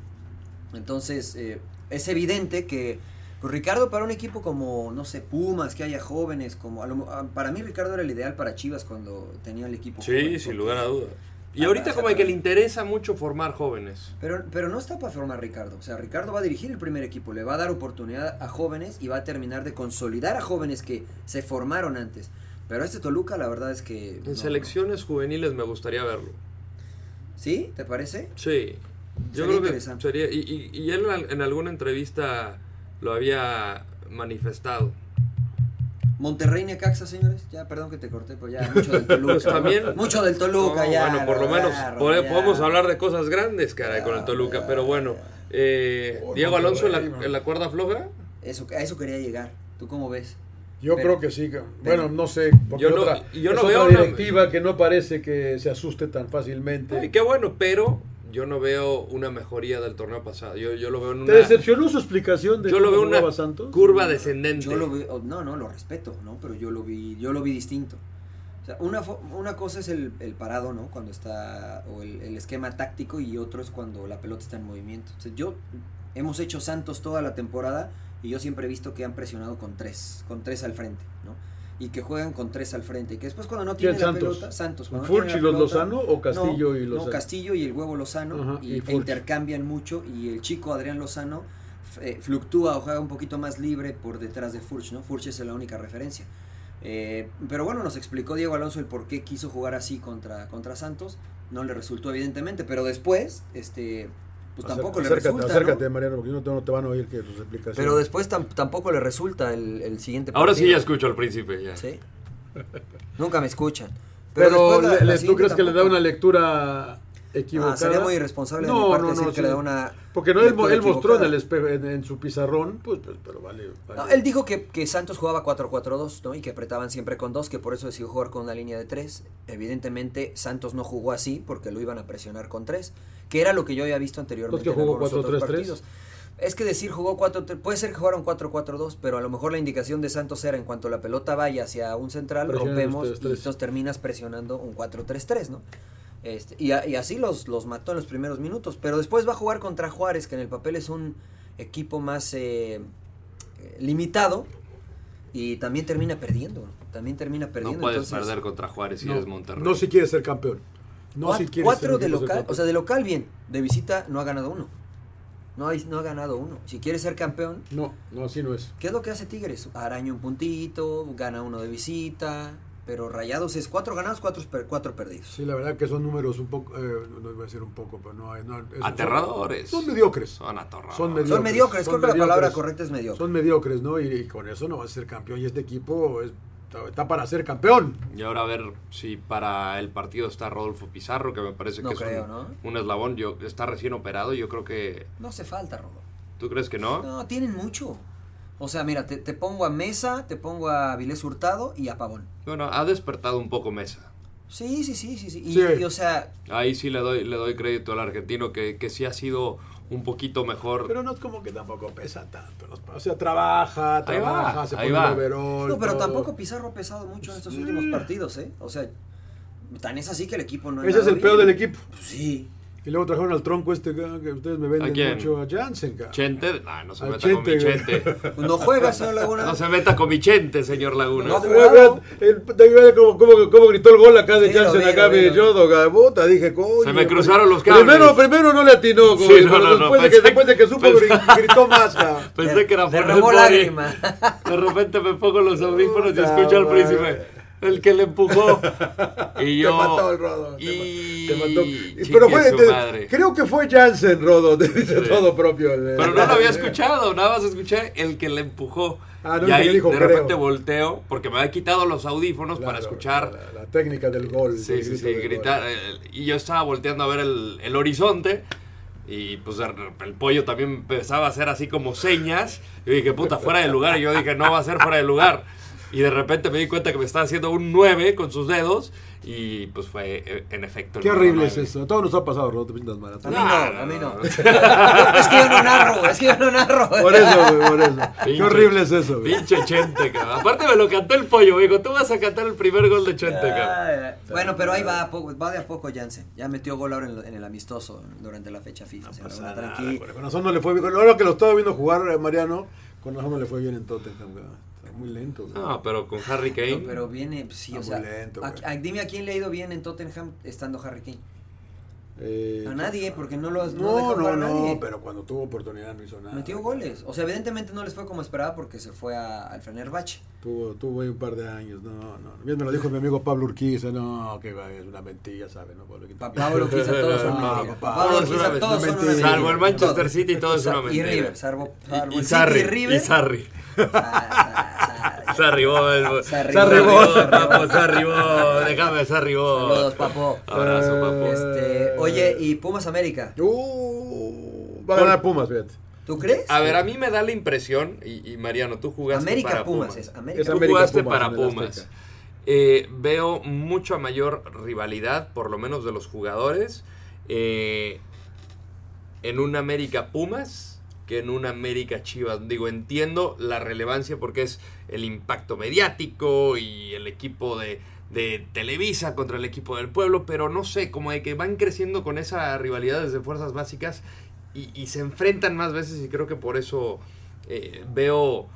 Speaker 3: Entonces, eh, es evidente que pues, Ricardo para un equipo como, no sé, Pumas, que haya jóvenes, como a lo mo- a- para mí Ricardo era el ideal para Chivas cuando tenía el equipo. joven,
Speaker 2: Sí,
Speaker 3: porque-
Speaker 2: sin lugar a dudas. Y
Speaker 3: Ah,
Speaker 2: ahorita
Speaker 3: o sea,
Speaker 2: como que
Speaker 3: pero-
Speaker 2: le interesa mucho formar jóvenes.
Speaker 3: Pero, pero no está para formar Ricardo. O sea, Ricardo va a dirigir el primer equipo, le va a dar oportunidad a jóvenes y va a terminar de consolidar a jóvenes que se formaron antes. Pero este Toluca, la verdad es que.
Speaker 2: En
Speaker 3: no, no.
Speaker 2: selecciones juveniles me gustaría verlo.
Speaker 3: ¿Sí? ¿Te parece?
Speaker 2: Sí. Yo
Speaker 3: Sería
Speaker 2: creo que
Speaker 3: interesante.
Speaker 2: sería. Y, y- y él al- en alguna entrevista lo había manifestado.
Speaker 3: Monterrey Necaxa, señores. Ya, perdón que te corté, pero ya mucho del Toluca.
Speaker 2: Pues también-
Speaker 3: Mucho del Toluca,
Speaker 2: No,
Speaker 3: ya.
Speaker 2: Bueno, por lo
Speaker 3: ya,
Speaker 2: menos
Speaker 3: ya,
Speaker 2: pode-
Speaker 3: ya.
Speaker 2: podemos hablar de cosas grandes, caray, con el
Speaker 3: Ya,
Speaker 2: Toluca.
Speaker 3: ya,
Speaker 2: pero bueno, eh,
Speaker 1: Oh,
Speaker 2: Diego Alonso en la,
Speaker 1: Monterrey,
Speaker 2: en la cuerda floja.
Speaker 3: Eso, a eso quería llegar. ¿Tú cómo ves?
Speaker 1: Yo
Speaker 3: Pero-
Speaker 1: creo que sí. cabrón. Bueno, no sé. Porque
Speaker 2: Yo no-
Speaker 1: otra,
Speaker 2: yo
Speaker 1: es
Speaker 2: no
Speaker 1: otra
Speaker 2: veo una-
Speaker 1: directiva que no parece que se asuste tan fácilmente.
Speaker 2: Ay, qué bueno, pero yo no veo una mejoría del torneo pasado. Yo, yo lo veo en
Speaker 1: ¿Te
Speaker 2: una,
Speaker 1: decepcionó su explicación de
Speaker 2: yo lo
Speaker 1: cómo
Speaker 2: veo en
Speaker 1: jugaba
Speaker 2: una
Speaker 1: Santos?
Speaker 2: curva descendente.
Speaker 3: Yo lo vi, oh, no, no, lo respeto, ¿no? Pero yo lo vi, yo lo vi distinto. O sea, una, fo- una cosa es el, el parado, ¿no? Cuando está, o el, el esquema táctico y otro es cuando la pelota está en movimiento. O sea, yo, hemos hecho Santos toda la temporada y yo siempre he visto que han presionado con tres, con tres al frente, ¿no? Y que juegan con tres al frente. Y que después cuando no
Speaker 1: ¿Quién,
Speaker 3: tienen la
Speaker 1: Santos?
Speaker 3: pelota, Santos. cuando no
Speaker 1: ¿Furch
Speaker 3: tienen
Speaker 1: y
Speaker 3: la
Speaker 1: los
Speaker 3: pelota-
Speaker 1: Lozano o Castillo
Speaker 3: no,
Speaker 1: y
Speaker 3: no,
Speaker 1: Lozano?
Speaker 3: Castillo y el huevo Lozano
Speaker 1: Ajá,
Speaker 3: y,
Speaker 1: y
Speaker 3: e
Speaker 1: Furch.
Speaker 3: intercambian mucho y el chico Adrián Lozano eh, fluctúa o juega un poquito más libre por detrás de Furch, ¿no? Furch es la única referencia. Eh, pero bueno, nos explicó Diego Alonso el por qué quiso jugar así contra, contra Santos. No le resultó evidentemente, pero después, este, pues tampoco le
Speaker 1: acércate,
Speaker 3: resulta.
Speaker 1: Acércate,
Speaker 3: ¿no?
Speaker 1: Mariano, porque si no te, no te van a oír que tus explicaciones.
Speaker 3: Pero después tam- tampoco le resulta el, el siguiente
Speaker 2: Ahora sí ya
Speaker 3: partido.
Speaker 2: escucho al príncipe. Ya.
Speaker 3: Sí. Nunca me escuchan.
Speaker 1: Pero,
Speaker 3: después la-
Speaker 1: le-
Speaker 3: la
Speaker 1: le- ¿tú
Speaker 3: siguiente
Speaker 1: crees que le da
Speaker 3: tampoco.
Speaker 1: una lectura equivocada?
Speaker 3: Ah, sería muy irresponsable de mi
Speaker 1: No,
Speaker 3: parte
Speaker 1: no,
Speaker 3: decir
Speaker 1: no,
Speaker 3: que
Speaker 1: sí.
Speaker 3: le da una.
Speaker 1: Porque no, él,
Speaker 3: lectura
Speaker 1: él mostró en,
Speaker 3: equivocada.
Speaker 1: el espejo, en, en su pizarrón, pues, pues, pero vale. vale.
Speaker 3: No, él dijo que, que Santos jugaba 4-4-2, ¿no? Y que apretaban siempre con dos, que por eso decidió jugar con una línea de tres. Evidentemente, Santos no jugó así porque lo iban a presionar con tres, que era lo que yo había visto anteriormente.
Speaker 1: Entonces, ¿qué
Speaker 3: en
Speaker 1: Pues jugó
Speaker 3: algunos otros
Speaker 1: 4-3-3?
Speaker 3: partidos. Es que decir jugó 4-3, puede ser que jugaron 4-4-2, pero a lo mejor la indicación de Santos era en cuanto la pelota vaya hacia un central,
Speaker 1: Presionan
Speaker 3: rompemos
Speaker 1: ustedes
Speaker 3: y
Speaker 1: tres.
Speaker 3: entonces terminas presionando un 4-3-3, ¿no? Este, y, a- y así los, los mató en los primeros minutos. Pero después va a jugar contra Juárez, que en el papel es un equipo más eh, eh, limitado. Y también termina perdiendo. ¿no? También termina perdiendo.
Speaker 2: No puedes
Speaker 3: entonces,
Speaker 2: perder contra Juárez si
Speaker 1: no,
Speaker 2: eres Monterrey.
Speaker 1: no si quiere ser campeón. No
Speaker 3: cuat-
Speaker 1: si quiere
Speaker 3: cuatro
Speaker 1: ser-
Speaker 3: de
Speaker 1: quiere ser
Speaker 3: local.
Speaker 1: campeón.
Speaker 3: O sea, de local bien. De visita no ha ganado uno. No, hay, no ha ganado uno. Si quiere ser campeón,
Speaker 1: No, no, así no es.
Speaker 3: ¿qué es lo que hace Tigres? Araña un puntito, gana uno de visita. Pero Rayados es cuatro ganados, cuatro, per- cuatro perdidos.
Speaker 1: Sí, la verdad que son números un poco, eh, no iba a decir un poco, pero no, hay- no es-
Speaker 2: Aterradores.
Speaker 1: Son mediocres.
Speaker 2: Son aterradores.
Speaker 1: Son mediocres.
Speaker 3: Son mediocres, creo
Speaker 1: son
Speaker 3: que la palabra
Speaker 1: mediocres.
Speaker 3: correcta es mediocre.
Speaker 1: Son mediocres, ¿no? Y, y con eso no va a ser campeón. Y este equipo es- está, está para ser campeón.
Speaker 2: Y ahora a ver si para el partido está Rodolfo Pizarro, que me parece
Speaker 3: No
Speaker 2: que es
Speaker 3: creo,
Speaker 2: un,
Speaker 3: ¿no?
Speaker 2: un eslabón. Yo, está recién operado, yo creo que...
Speaker 3: No hace falta, Rodo.
Speaker 2: ¿Tú crees que no?
Speaker 3: No, tienen mucho. O sea, mira, te, te pongo a Mesa, te pongo a Vilés Hurtado y a Pavón.
Speaker 2: Bueno, ha despertado un poco Mesa.
Speaker 3: Sí, sí, sí, sí, sí. Y,
Speaker 1: Sí.
Speaker 3: y, o sea,
Speaker 2: Ahí sí le doy, le doy crédito al argentino, que, que sí ha sido un poquito mejor.
Speaker 1: Pero no es como que tampoco pesa tanto. ¿no? O sea, trabaja, trabaja,
Speaker 2: va,
Speaker 1: se
Speaker 2: ahí
Speaker 1: pone
Speaker 2: va.
Speaker 1: el overall,
Speaker 3: no, pero
Speaker 1: todo.
Speaker 3: tampoco Pizarro ha pesado mucho en estos últimos partidos, ¿eh? O sea, tan es así que el equipo no ha
Speaker 1: Ese es
Speaker 3: andado
Speaker 1: el peor
Speaker 3: bien. Pues
Speaker 1: del equipo.
Speaker 3: Sí.
Speaker 1: Y luego trajeron al tronco este que que ustedes me venden
Speaker 2: ¿A quién?
Speaker 1: mucho, a Jansen. cara.
Speaker 2: Chente, no, no se
Speaker 1: Al
Speaker 2: meta con
Speaker 1: Chente,
Speaker 2: mi
Speaker 1: güey.
Speaker 2: Chente.
Speaker 3: Pues No juega, señor Laguna.
Speaker 2: No se meta con mi Chente, señor Laguna.
Speaker 3: No,
Speaker 1: Ve, ve, el- ve, ve cómo- cómo- cómo gritó el gol acá de
Speaker 3: Velo,
Speaker 1: Jansen
Speaker 3: velo,
Speaker 1: acá mi
Speaker 3: velo.
Speaker 1: yodo, cara. Puta, dije, coño. pues,
Speaker 2: Se me cruzaron los cables.
Speaker 1: Primero, primero no le atinó,
Speaker 2: Sí,
Speaker 1: coño,
Speaker 2: no,
Speaker 1: pero
Speaker 2: no, no,
Speaker 1: después, de que,
Speaker 2: pensé-
Speaker 1: después de que supo
Speaker 2: pensé-
Speaker 1: gri- gritó más. cara.
Speaker 2: Pensé que era
Speaker 3: Te
Speaker 2: por
Speaker 3: robó
Speaker 2: el
Speaker 3: lágrima.
Speaker 2: De repente me pongo los audífonos y
Speaker 1: Puta
Speaker 2: escucho al
Speaker 1: madre.
Speaker 2: príncipe. El que le empujó. Y yo.
Speaker 1: Te mató el Rodo. te
Speaker 2: Y...
Speaker 1: ma- te mató. Y-
Speaker 2: Chique
Speaker 1: Pero fue,
Speaker 2: su
Speaker 1: te-
Speaker 2: madre.
Speaker 1: creo que fue Jansen, Rodo, te dice
Speaker 2: Sí.
Speaker 1: todo propio. el-
Speaker 2: Pero no lo había escuchado, nada más escuché el que le empujó.
Speaker 1: Ah, no,
Speaker 2: y
Speaker 1: el que
Speaker 2: ahí
Speaker 1: dijo,
Speaker 2: de
Speaker 1: creo.
Speaker 2: repente volteo, porque me había quitado los audífonos
Speaker 1: Claro,
Speaker 2: para escuchar.
Speaker 1: La, la técnica del gol.
Speaker 2: Sí,
Speaker 1: del
Speaker 2: sí,
Speaker 1: grito
Speaker 2: sí,
Speaker 1: del gol.
Speaker 2: gritar. eh, Y yo estaba volteando a ver el, el horizonte. Y pues de re- el pollo también empezaba a hacer así como señas. Y dije, puta, fuera de lugar. Y yo dije, no va a ser fuera de lugar. Y de repente me di cuenta que me estaba haciendo un 9 con sus dedos. Y pues fue eh, en efecto. el
Speaker 1: Qué
Speaker 2: número
Speaker 1: horrible es
Speaker 2: nueve.
Speaker 1: eso. Todo nos ha pasado, Rodo, te pintas mal.
Speaker 3: A
Speaker 1: Por
Speaker 3: mí
Speaker 1: eso,
Speaker 3: no, a mí no. es que yo no narro, es que yo no narro.
Speaker 1: güey, por eso. Qué
Speaker 2: Pinche-
Speaker 1: horrible es eso, güey.
Speaker 2: Pinche Chente, cabrón. Aparte me lo cantó el pollo, me dijo, tú vas a cantar el primer gol de Chente, cabrón.
Speaker 3: Ah, Bueno, pero ahí va, a poco- va de a poco Jansen. Ya metió gol ahora en, lo- en el amistoso durante la fecha FIFA. señor
Speaker 1: pasa
Speaker 3: Laguna,
Speaker 1: nada,
Speaker 3: tranqui.
Speaker 1: güey. Con razón no le fue bien. Ahora que lo estaba viendo jugar eh, Mariano, con razón no le fue bien en Tottenham. güey. Está muy lento. güey.
Speaker 2: No, pero con Harry Kane.
Speaker 3: No, pero viene, pues, sí,
Speaker 1: Está
Speaker 3: o sea,
Speaker 1: muy lento,
Speaker 3: a-
Speaker 1: güey.
Speaker 3: a- dime a quién le ha ido bien en Tottenham estando Harry Kane.
Speaker 1: Eh,
Speaker 3: A nadie, porque no lo has- no ha
Speaker 1: No,
Speaker 3: dejado
Speaker 1: no,
Speaker 3: jugar a
Speaker 1: no,
Speaker 3: nadie.
Speaker 1: pero cuando tuvo oportunidad no hizo nada.
Speaker 3: Metió goles. O sea, evidentemente no les fue como esperaba porque se fue a, al Fenerbahce.
Speaker 1: Tuvo, tuvo ahí un par de años, no, no. Bien me lo dijo mi amigo Pablo Urquiza, no, que va, es una mentira, ¿sabes? No, Pablo Urquiza.
Speaker 3: Pa- Pablo Urquiza, todos son
Speaker 1: No,
Speaker 3: mentira.
Speaker 1: papá,
Speaker 3: Pa- Pablo
Speaker 1: todos
Speaker 2: son
Speaker 3: Urquiza,
Speaker 2: una
Speaker 3: todos son una
Speaker 1: mentira.
Speaker 2: Salvo el Manchester
Speaker 3: Todos.
Speaker 2: City, todo es una
Speaker 3: Y
Speaker 2: mentira.
Speaker 3: River, salvo, salvo
Speaker 2: Y,
Speaker 3: el
Speaker 2: y
Speaker 3: City
Speaker 2: Sarri,
Speaker 3: y
Speaker 2: y
Speaker 3: River.
Speaker 2: Sarri.
Speaker 3: Ah, Sarri.
Speaker 2: Se arribó el...
Speaker 3: Se
Speaker 2: Se
Speaker 3: arribó.
Speaker 1: Se
Speaker 2: arribó,
Speaker 1: arribó.
Speaker 2: papo, se arribó. Déjame, se arribó.
Speaker 3: Saludos, papo.
Speaker 2: Abrazo, papo.
Speaker 3: Este, oye, y Pumas América.
Speaker 1: Eh, Uh, va a ganar Pumas, fíjate.
Speaker 3: ¿Tú crees?
Speaker 2: A ver, a mí me da la impresión, y, y Mariano, tú jugaste
Speaker 3: América
Speaker 2: para
Speaker 3: Pumas,
Speaker 2: Pumas.
Speaker 3: es
Speaker 1: Es
Speaker 3: América.
Speaker 2: Tú
Speaker 1: América
Speaker 2: jugaste
Speaker 1: Pumas,
Speaker 2: para
Speaker 1: en el
Speaker 2: Pumas.
Speaker 1: Azteca.
Speaker 2: Eh, veo mucha mayor rivalidad, por lo menos de los jugadores, eh, en un América Pumas que en un América Chivas. Digo, entiendo la relevancia porque es el impacto mediático y el equipo de, de Televisa contra el equipo del pueblo, pero no sé, como de que van creciendo con esa rivalidad desde fuerzas básicas y, y se enfrentan más veces y creo que por eso eh, veo,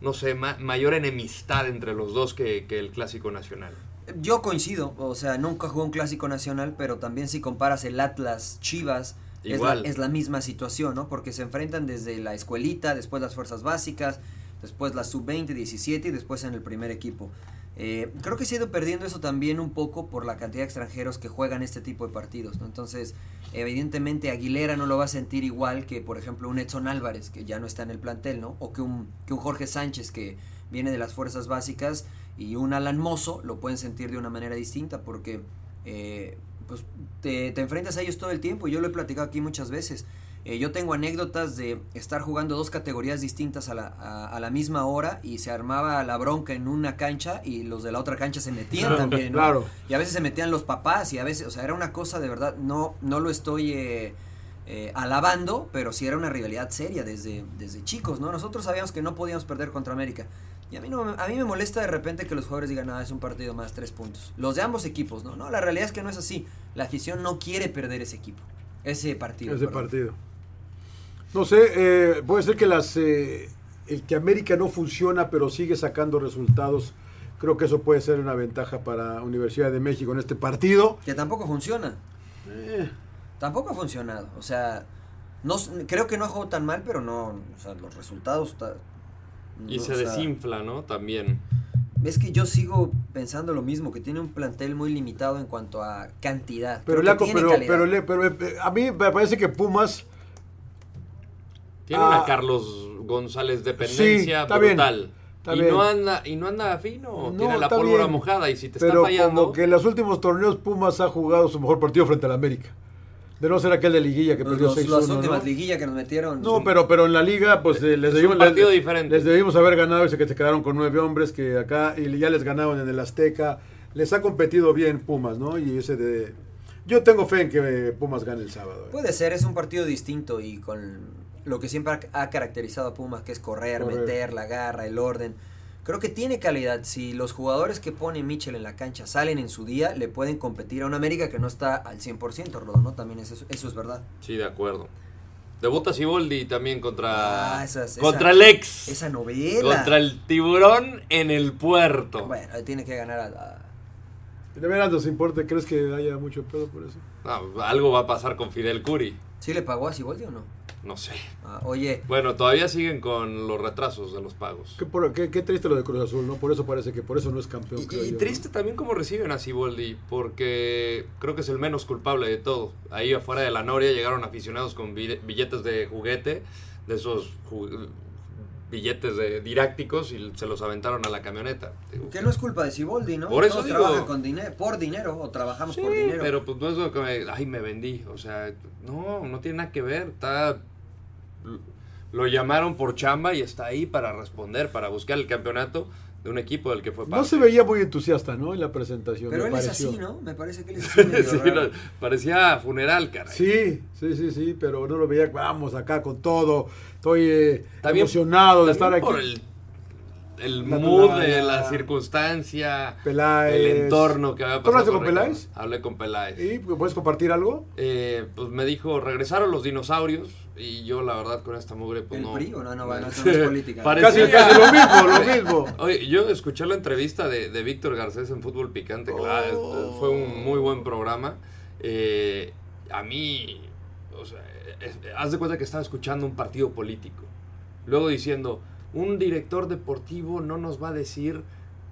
Speaker 2: no sé, ma- mayor enemistad entre los dos que, que el Clásico Nacional.
Speaker 3: Yo coincido, o sea, nunca jugó un clásico nacional, pero también si comparas el Atlas Chivas, es la,
Speaker 2: Igual.
Speaker 3: es la misma situación, ¿no? Porque se enfrentan desde la escuelita, después las fuerzas básicas, después la sub-20, 17 y después en el primer equipo. Eh, creo que se ha ido perdiendo eso también un poco por la cantidad de extranjeros que juegan este tipo de partidos, ¿no? Entonces, evidentemente Aguilera no lo va a sentir igual que, por ejemplo, un Edson Álvarez, que ya no está en el plantel, ¿no? O que un, que un Jorge Sánchez, que viene de las fuerzas básicas, y un Alan Mozo, lo pueden sentir de una manera distinta, porque eh, pues, te, te enfrentas a ellos todo el tiempo, y yo lo he platicado aquí muchas veces. Eh, yo tengo anécdotas de estar jugando dos categorías distintas a la, a- a la misma hora y se armaba la bronca en una cancha y los de la otra cancha se metían
Speaker 1: Claro,
Speaker 3: también. ¿no?
Speaker 1: claro.
Speaker 3: Y a veces se metían los papás y a veces, o sea, era una cosa de verdad, no, no lo estoy eh, eh, alabando, pero sí era una rivalidad seria desde, desde chicos, ¿no? Nosotros sabíamos que no podíamos perder contra América. Y a mí, no, me- a mí me molesta de repente que los jugadores digan, nada, es un partido más, tres puntos. Los de ambos equipos, ¿no? No, la realidad es que no es así. La afición no quiere perder ese equipo, ese partido.
Speaker 1: Ese
Speaker 3: perdón.
Speaker 1: partido. No sé, eh, puede ser que las eh, el que América no funciona, pero sigue sacando resultados. Creo que eso puede ser una ventaja para Universidad de México en este partido.
Speaker 3: Que tampoco funciona.
Speaker 1: Eh,
Speaker 3: Tampoco ha funcionado. O sea, no, s- creo que no ha jugado tan mal, pero no. O sea, los resultados. ta-
Speaker 2: Y
Speaker 3: no,
Speaker 2: se
Speaker 3: o sea,
Speaker 2: desinfla, ¿no? También.
Speaker 3: Es que yo sigo pensando lo mismo, que tiene un plantel muy limitado en cuanto a cantidad.
Speaker 1: Pero,
Speaker 3: que
Speaker 1: Laco,
Speaker 3: tiene
Speaker 1: pero,
Speaker 3: calidad.
Speaker 1: pero, le- pero, eh, a mí me parece que Pumas,
Speaker 2: Tiene
Speaker 1: Ah.
Speaker 2: una Carlos González dependencia
Speaker 1: está bien,
Speaker 2: brutal.
Speaker 1: está
Speaker 2: y
Speaker 1: bien.
Speaker 2: no anda y no anda fino,
Speaker 1: No,
Speaker 2: tiene la
Speaker 1: está
Speaker 2: pólvora
Speaker 1: bien,
Speaker 2: mojada y si te está
Speaker 1: pero
Speaker 2: fallando,
Speaker 1: como que en los últimos torneos Pumas ha jugado su mejor partido frente al América. De no ser aquel de liguilla que
Speaker 3: Los-
Speaker 1: perdió
Speaker 3: los-
Speaker 1: 6-1.
Speaker 3: las últimas
Speaker 1: ¿no?
Speaker 3: liguillas que nos metieron.
Speaker 1: No, pero, pero en la liga, pues eh, les,
Speaker 2: un
Speaker 1: debimos,
Speaker 2: partido
Speaker 1: les-
Speaker 2: diferente.
Speaker 1: les debimos haber ganado ese que se quedaron con nueve hombres, que acá y ya les ganaron en el Azteca. Les ha competido bien Pumas, ¿no? Y ese de... Yo tengo fe en que eh, Pumas gane el sábado. eh.
Speaker 3: Puede ser, es un partido distinto y con lo que siempre ha- ha caracterizado a Pumas, que es correr,
Speaker 1: Correr.
Speaker 3: meter, la garra, el orden. Creo que tiene calidad. Si los jugadores que pone Mitchell en la cancha salen en su día, le pueden competir a un América que no está al 100%, Rodo, ¿no? También es eso, eso es verdad.
Speaker 2: sí, de acuerdo. Debuta Siboldi también contra
Speaker 3: Ah, esas-
Speaker 2: contra
Speaker 3: esa-
Speaker 2: el ex.
Speaker 3: Esa novela.
Speaker 2: Contra el tiburón en el puerto.
Speaker 3: Bueno, eh, tiene que ganar a... a-
Speaker 1: De veras nos importa, ¿crees que haya mucho pedo por eso?
Speaker 2: No, algo va a pasar con Fidel Curi.
Speaker 3: ¿Sí le pagó a Siboldi o no?
Speaker 2: No sé.
Speaker 3: Ah, oye,
Speaker 2: Bueno, todavía siguen con los retrasos de los pagos.
Speaker 1: Qué, por- qué- qué triste lo de Cruz Azul, ¿no? Por eso parece que por eso no es campeón.
Speaker 2: Y,
Speaker 1: creo
Speaker 2: y
Speaker 1: yo, ¿no?
Speaker 2: triste también cómo reciben a Siboldi, porque creo que es el menos culpable de todo. Ahí afuera de la Noria llegaron aficionados con bille- billetes de juguete, de esos ju- billetes de didácticos, y se los aventaron a la camioneta. Digo,
Speaker 3: que no es culpa de Siboldi, ¿no?
Speaker 2: Por eso
Speaker 3: Todos
Speaker 2: digo.
Speaker 3: trabajan con dinero, por dinero, o trabajamos por
Speaker 2: Sí,
Speaker 3: dinero.
Speaker 2: Pero pues no es lo que me, ay, me vendí. O sea, no, no tiene nada que ver. Está, lo llamaron por chamba y está ahí para responder, para buscar el campeonato de un equipo del que fue
Speaker 1: No
Speaker 2: parte.
Speaker 1: se veía muy entusiasta, ¿no? En la presentación.
Speaker 3: Pero
Speaker 1: me
Speaker 3: él
Speaker 1: pareció.
Speaker 3: es así, ¿no? Me parece que él es así. medio
Speaker 2: Sí,
Speaker 3: raro.
Speaker 2: no, parecía funeral, caray.
Speaker 1: Sí, sí, sí, sí, pero no lo veía, vamos acá con todo, estoy eh,
Speaker 2: También-
Speaker 1: emocionado de estar
Speaker 2: También
Speaker 1: aquí.
Speaker 2: Por el, el
Speaker 1: La-
Speaker 2: mood
Speaker 1: la- la-
Speaker 2: de la circunstancia,
Speaker 1: Peláez.
Speaker 2: el entorno que había
Speaker 1: ¿Tú hablaste
Speaker 2: pasado.
Speaker 1: con Peláez?
Speaker 2: Hablé con Peláez.
Speaker 1: ¿Y puedes compartir algo?
Speaker 2: Eh, pues me dijo, regresaron los dinosaurios y yo la verdad con esta mugre pues
Speaker 3: ¿El
Speaker 2: no.
Speaker 3: PRI o no? No, va, no, eso no es política.
Speaker 1: Casi,
Speaker 2: Parecía-
Speaker 1: casi lo mismo, lo mismo.
Speaker 2: Oye, yo escuché la entrevista de, de Víctor Garcés en Fútbol Picante, claro,
Speaker 1: Oh.
Speaker 2: eh, fue un muy buen programa. Eh, a mí, o sea, es- haz de cuenta que estaba escuchando un partido político. Luego diciendo, un director deportivo no nos va a decir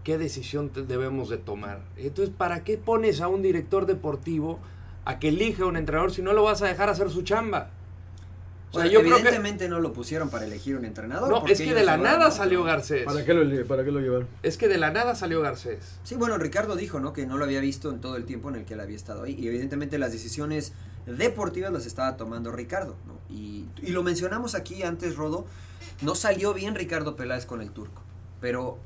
Speaker 2: qué decisión te- debemos de tomar. Entonces, ¿para qué pones a un director deportivo a que elija un entrenador si no lo vas a dejar hacer su chamba? O sea,
Speaker 3: Bueno,
Speaker 2: yo creo que...
Speaker 3: Pues, evidentemente no lo pusieron para elegir un entrenador.
Speaker 2: No,
Speaker 3: porque
Speaker 2: es que
Speaker 3: ellos
Speaker 2: de la
Speaker 3: sabrán,
Speaker 2: nada
Speaker 3: ¿no?
Speaker 2: salió Garcés.
Speaker 1: ¿Para qué lo, para qué lo llevaron?
Speaker 2: Es que de la nada salió Garcés.
Speaker 3: Sí, bueno, Ricardo dijo, ¿no? Que no lo había visto en todo el tiempo en el que él había estado ahí. Y evidentemente las decisiones deportivas las estaba tomando Ricardo, ¿no? Y, y lo mencionamos aquí antes, Rodo. No salió bien Ricardo Peláez con el turco. Pero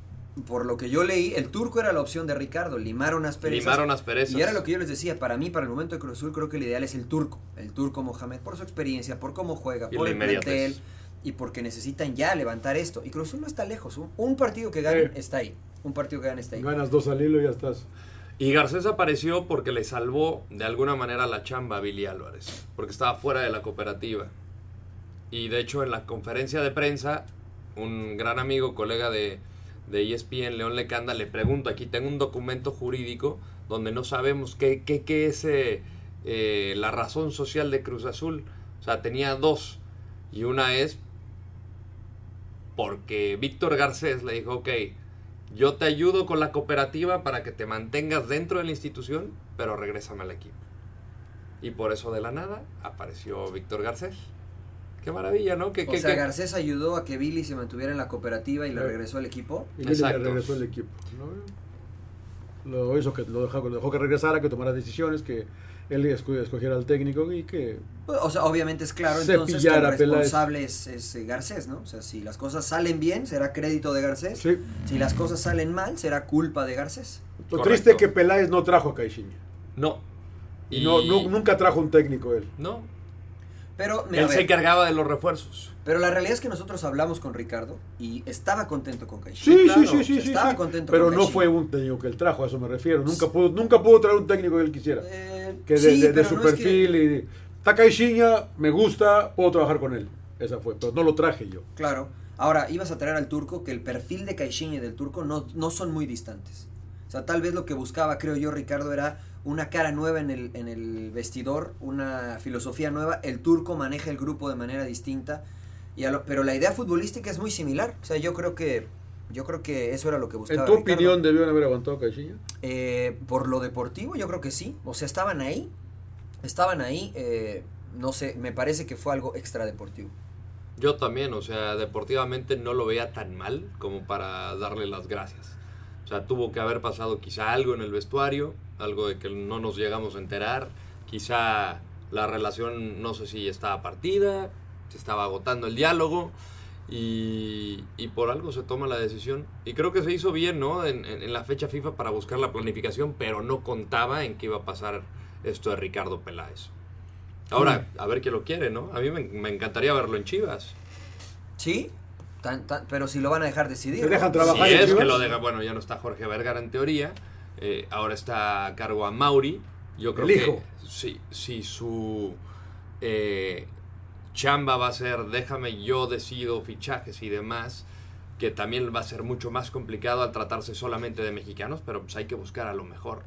Speaker 3: por lo que yo leí, el turco era la opción de Ricardo. Limaron asperezas.
Speaker 2: Limaron asperezas.
Speaker 3: Y era lo que yo les decía, para mí, para el momento de Cruz Azul, creo que el ideal es el turco. El turco Mohamed, por su experiencia, por cómo juega,
Speaker 2: Y
Speaker 3: por
Speaker 2: la
Speaker 3: el
Speaker 2: inmediatez.
Speaker 3: plantel y porque necesitan ya levantar esto. Y Cruz Azul no está lejos. Un, un partido que ganen
Speaker 1: Sí.
Speaker 3: está ahí. Un partido que ganen está ahí.
Speaker 1: Ganas dos al hilo y ya estás.
Speaker 2: Y Garcés apareció porque le salvó de alguna manera la chamba a Billy Álvarez, porque estaba fuera de la cooperativa. Y de hecho en la conferencia de prensa, un gran amigo, colega de, de E ESPN, León Lecanda, le pregunta, aquí tengo un documento jurídico donde no sabemos qué, qué, qué es eh, eh, la razón social de Cruz Azul. O sea, tenía dos. Y una es porque Víctor Garcés le dijo, ok, yo te ayudo con la cooperativa para que te mantengas dentro de la institución, pero regrésame al equipo. Y por eso de la nada apareció Víctor Garcés. Qué maravilla, ¿no? Que,
Speaker 3: O
Speaker 2: que-
Speaker 3: sea,
Speaker 2: que-
Speaker 3: Garcés ayudó a que Billy se mantuviera en la cooperativa y le
Speaker 1: Sí.
Speaker 3: regresó al equipo.
Speaker 1: Y Billy le
Speaker 2: Exacto.
Speaker 1: regresó el equipo. ¿no? Lo hizo que lo dejó, lo dejó que regresara, que tomara decisiones, que él esco- escogiera al técnico y que
Speaker 3: O sea, obviamente es claro
Speaker 1: Se
Speaker 3: entonces que el
Speaker 1: pillara, Peláez.
Speaker 3: responsable es, es, eh, Garcés, ¿no? O sea, si las cosas salen bien, será crédito de Garcés.
Speaker 1: sí.
Speaker 3: Si las cosas salen mal, será culpa de Garcés.
Speaker 1: Lo
Speaker 2: Correcto.
Speaker 1: triste que Peláez no trajo a Caixinha.
Speaker 2: No.
Speaker 1: Y no, nu- nunca trajo un técnico él.
Speaker 2: No.
Speaker 3: Pero, mira,
Speaker 2: Él
Speaker 3: a
Speaker 2: se
Speaker 3: ver,
Speaker 2: encargaba de los refuerzos.
Speaker 3: Pero la realidad es que nosotros hablamos con Ricardo y estaba contento con Caixinha.
Speaker 1: Sí, sí,
Speaker 2: claro,
Speaker 1: sí, sí, sí,
Speaker 3: estaba
Speaker 1: sí.
Speaker 3: contento
Speaker 1: Pero
Speaker 3: con
Speaker 1: no
Speaker 3: Caixinha.
Speaker 1: fue un técnico que él trajo, a eso me refiero. Nunca pudo, nunca pudo traer un técnico que él quisiera.
Speaker 3: Eh,
Speaker 1: Que de,
Speaker 3: sí,
Speaker 1: de- de
Speaker 3: pero
Speaker 1: su
Speaker 3: no es que-
Speaker 1: perfil y de- está Caixinha, me gusta, puedo trabajar con él. Esa fue, pero no lo traje yo.
Speaker 3: Claro. Ahora, ibas a traer al turco que el perfil de Caixinha y del turco no, no son muy distantes. O sea, tal vez lo que buscaba, creo yo, Ricardo, era una cara nueva en el, en el vestidor, una filosofía nueva. El turco maneja el grupo de manera distinta. Y a lo- pero la idea futbolística es muy similar. O sea, yo creo que Yo creo que eso era lo que buscaba.
Speaker 1: ¿En tu
Speaker 3: Ricardo.
Speaker 1: opinión debieron haber aguantado Caixinha?
Speaker 3: Eh, por lo deportivo, yo creo que sí. O sea, estaban ahí. Estaban ahí. eh, no sé, me parece que fue algo extradeportivo.
Speaker 2: Yo también, o sea, deportivamente no lo veía tan mal como para darle las gracias. O sea, tuvo que haber pasado quizá algo en el vestuario, algo de que no nos llegamos a enterar, quizá la relación no sé si estaba partida, se estaba agotando el diálogo y, y por algo se toma la decisión. Y creo que se hizo bien, ¿no? En, en- en la fecha FIFA para buscar la planificación, pero no contaba en que iba a pasar esto de Ricardo Peláez. Ahora, a ver quién lo quiere, ¿no? A mí me, me encantaría verlo en Chivas.
Speaker 3: ¿Sí? Tan- tan- pero si lo van a dejar decidir.
Speaker 1: ¿Te dejan
Speaker 3: ¿no?
Speaker 1: trabajar?
Speaker 2: Si
Speaker 1: en
Speaker 2: es que
Speaker 1: Chivas?
Speaker 2: lo deja, bueno, ya no está Jorge Vergara en teoría. eh, ahora está a cargo a Mauri. Yo creo
Speaker 1: El
Speaker 2: que
Speaker 1: hijo.
Speaker 2: si, si su eh, chamba va a ser déjame yo decido fichajes y demás, que también va a ser mucho más complicado al tratarse solamente de mexicanos, pero pues hay que buscar a lo mejor.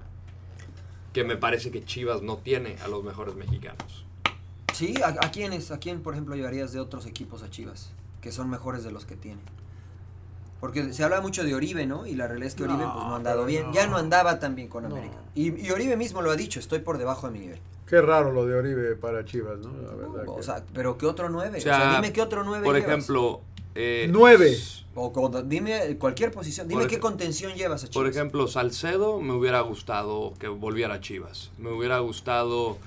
Speaker 2: Que me parece que Chivas no tiene a los mejores mexicanos.
Speaker 3: Sí, ¿a, a quiénes? ¿A quién, por ejemplo, llevarías de otros equipos a Chivas? Que son mejores de los que tiene. Porque se habla mucho de Oribe, ¿no? Y la realidad es que Oribe
Speaker 1: No,
Speaker 3: pues, no ha andado
Speaker 1: pero
Speaker 3: bien.
Speaker 1: no.
Speaker 3: Ya no andaba tan bien con
Speaker 1: No.
Speaker 3: América. Y, y Oribe mismo lo ha dicho, estoy por debajo de mi nivel.
Speaker 1: Qué raro lo de Oribe para Chivas, ¿no? La verdad
Speaker 3: o
Speaker 1: que-
Speaker 3: sea, pero ¿qué otro nueve?
Speaker 2: O
Speaker 3: Eh, O sea,
Speaker 2: sea,
Speaker 3: dime qué otro nueve
Speaker 2: Por
Speaker 3: llevas.
Speaker 2: ejemplo... eh,
Speaker 1: Nueve.
Speaker 3: O cuando- dime cualquier posición. Dime
Speaker 2: Por
Speaker 3: qué
Speaker 2: ej-
Speaker 3: contención llevas a Chivas.
Speaker 2: Por ejemplo, Salcedo me hubiera gustado que volviera a Chivas. Me hubiera gustado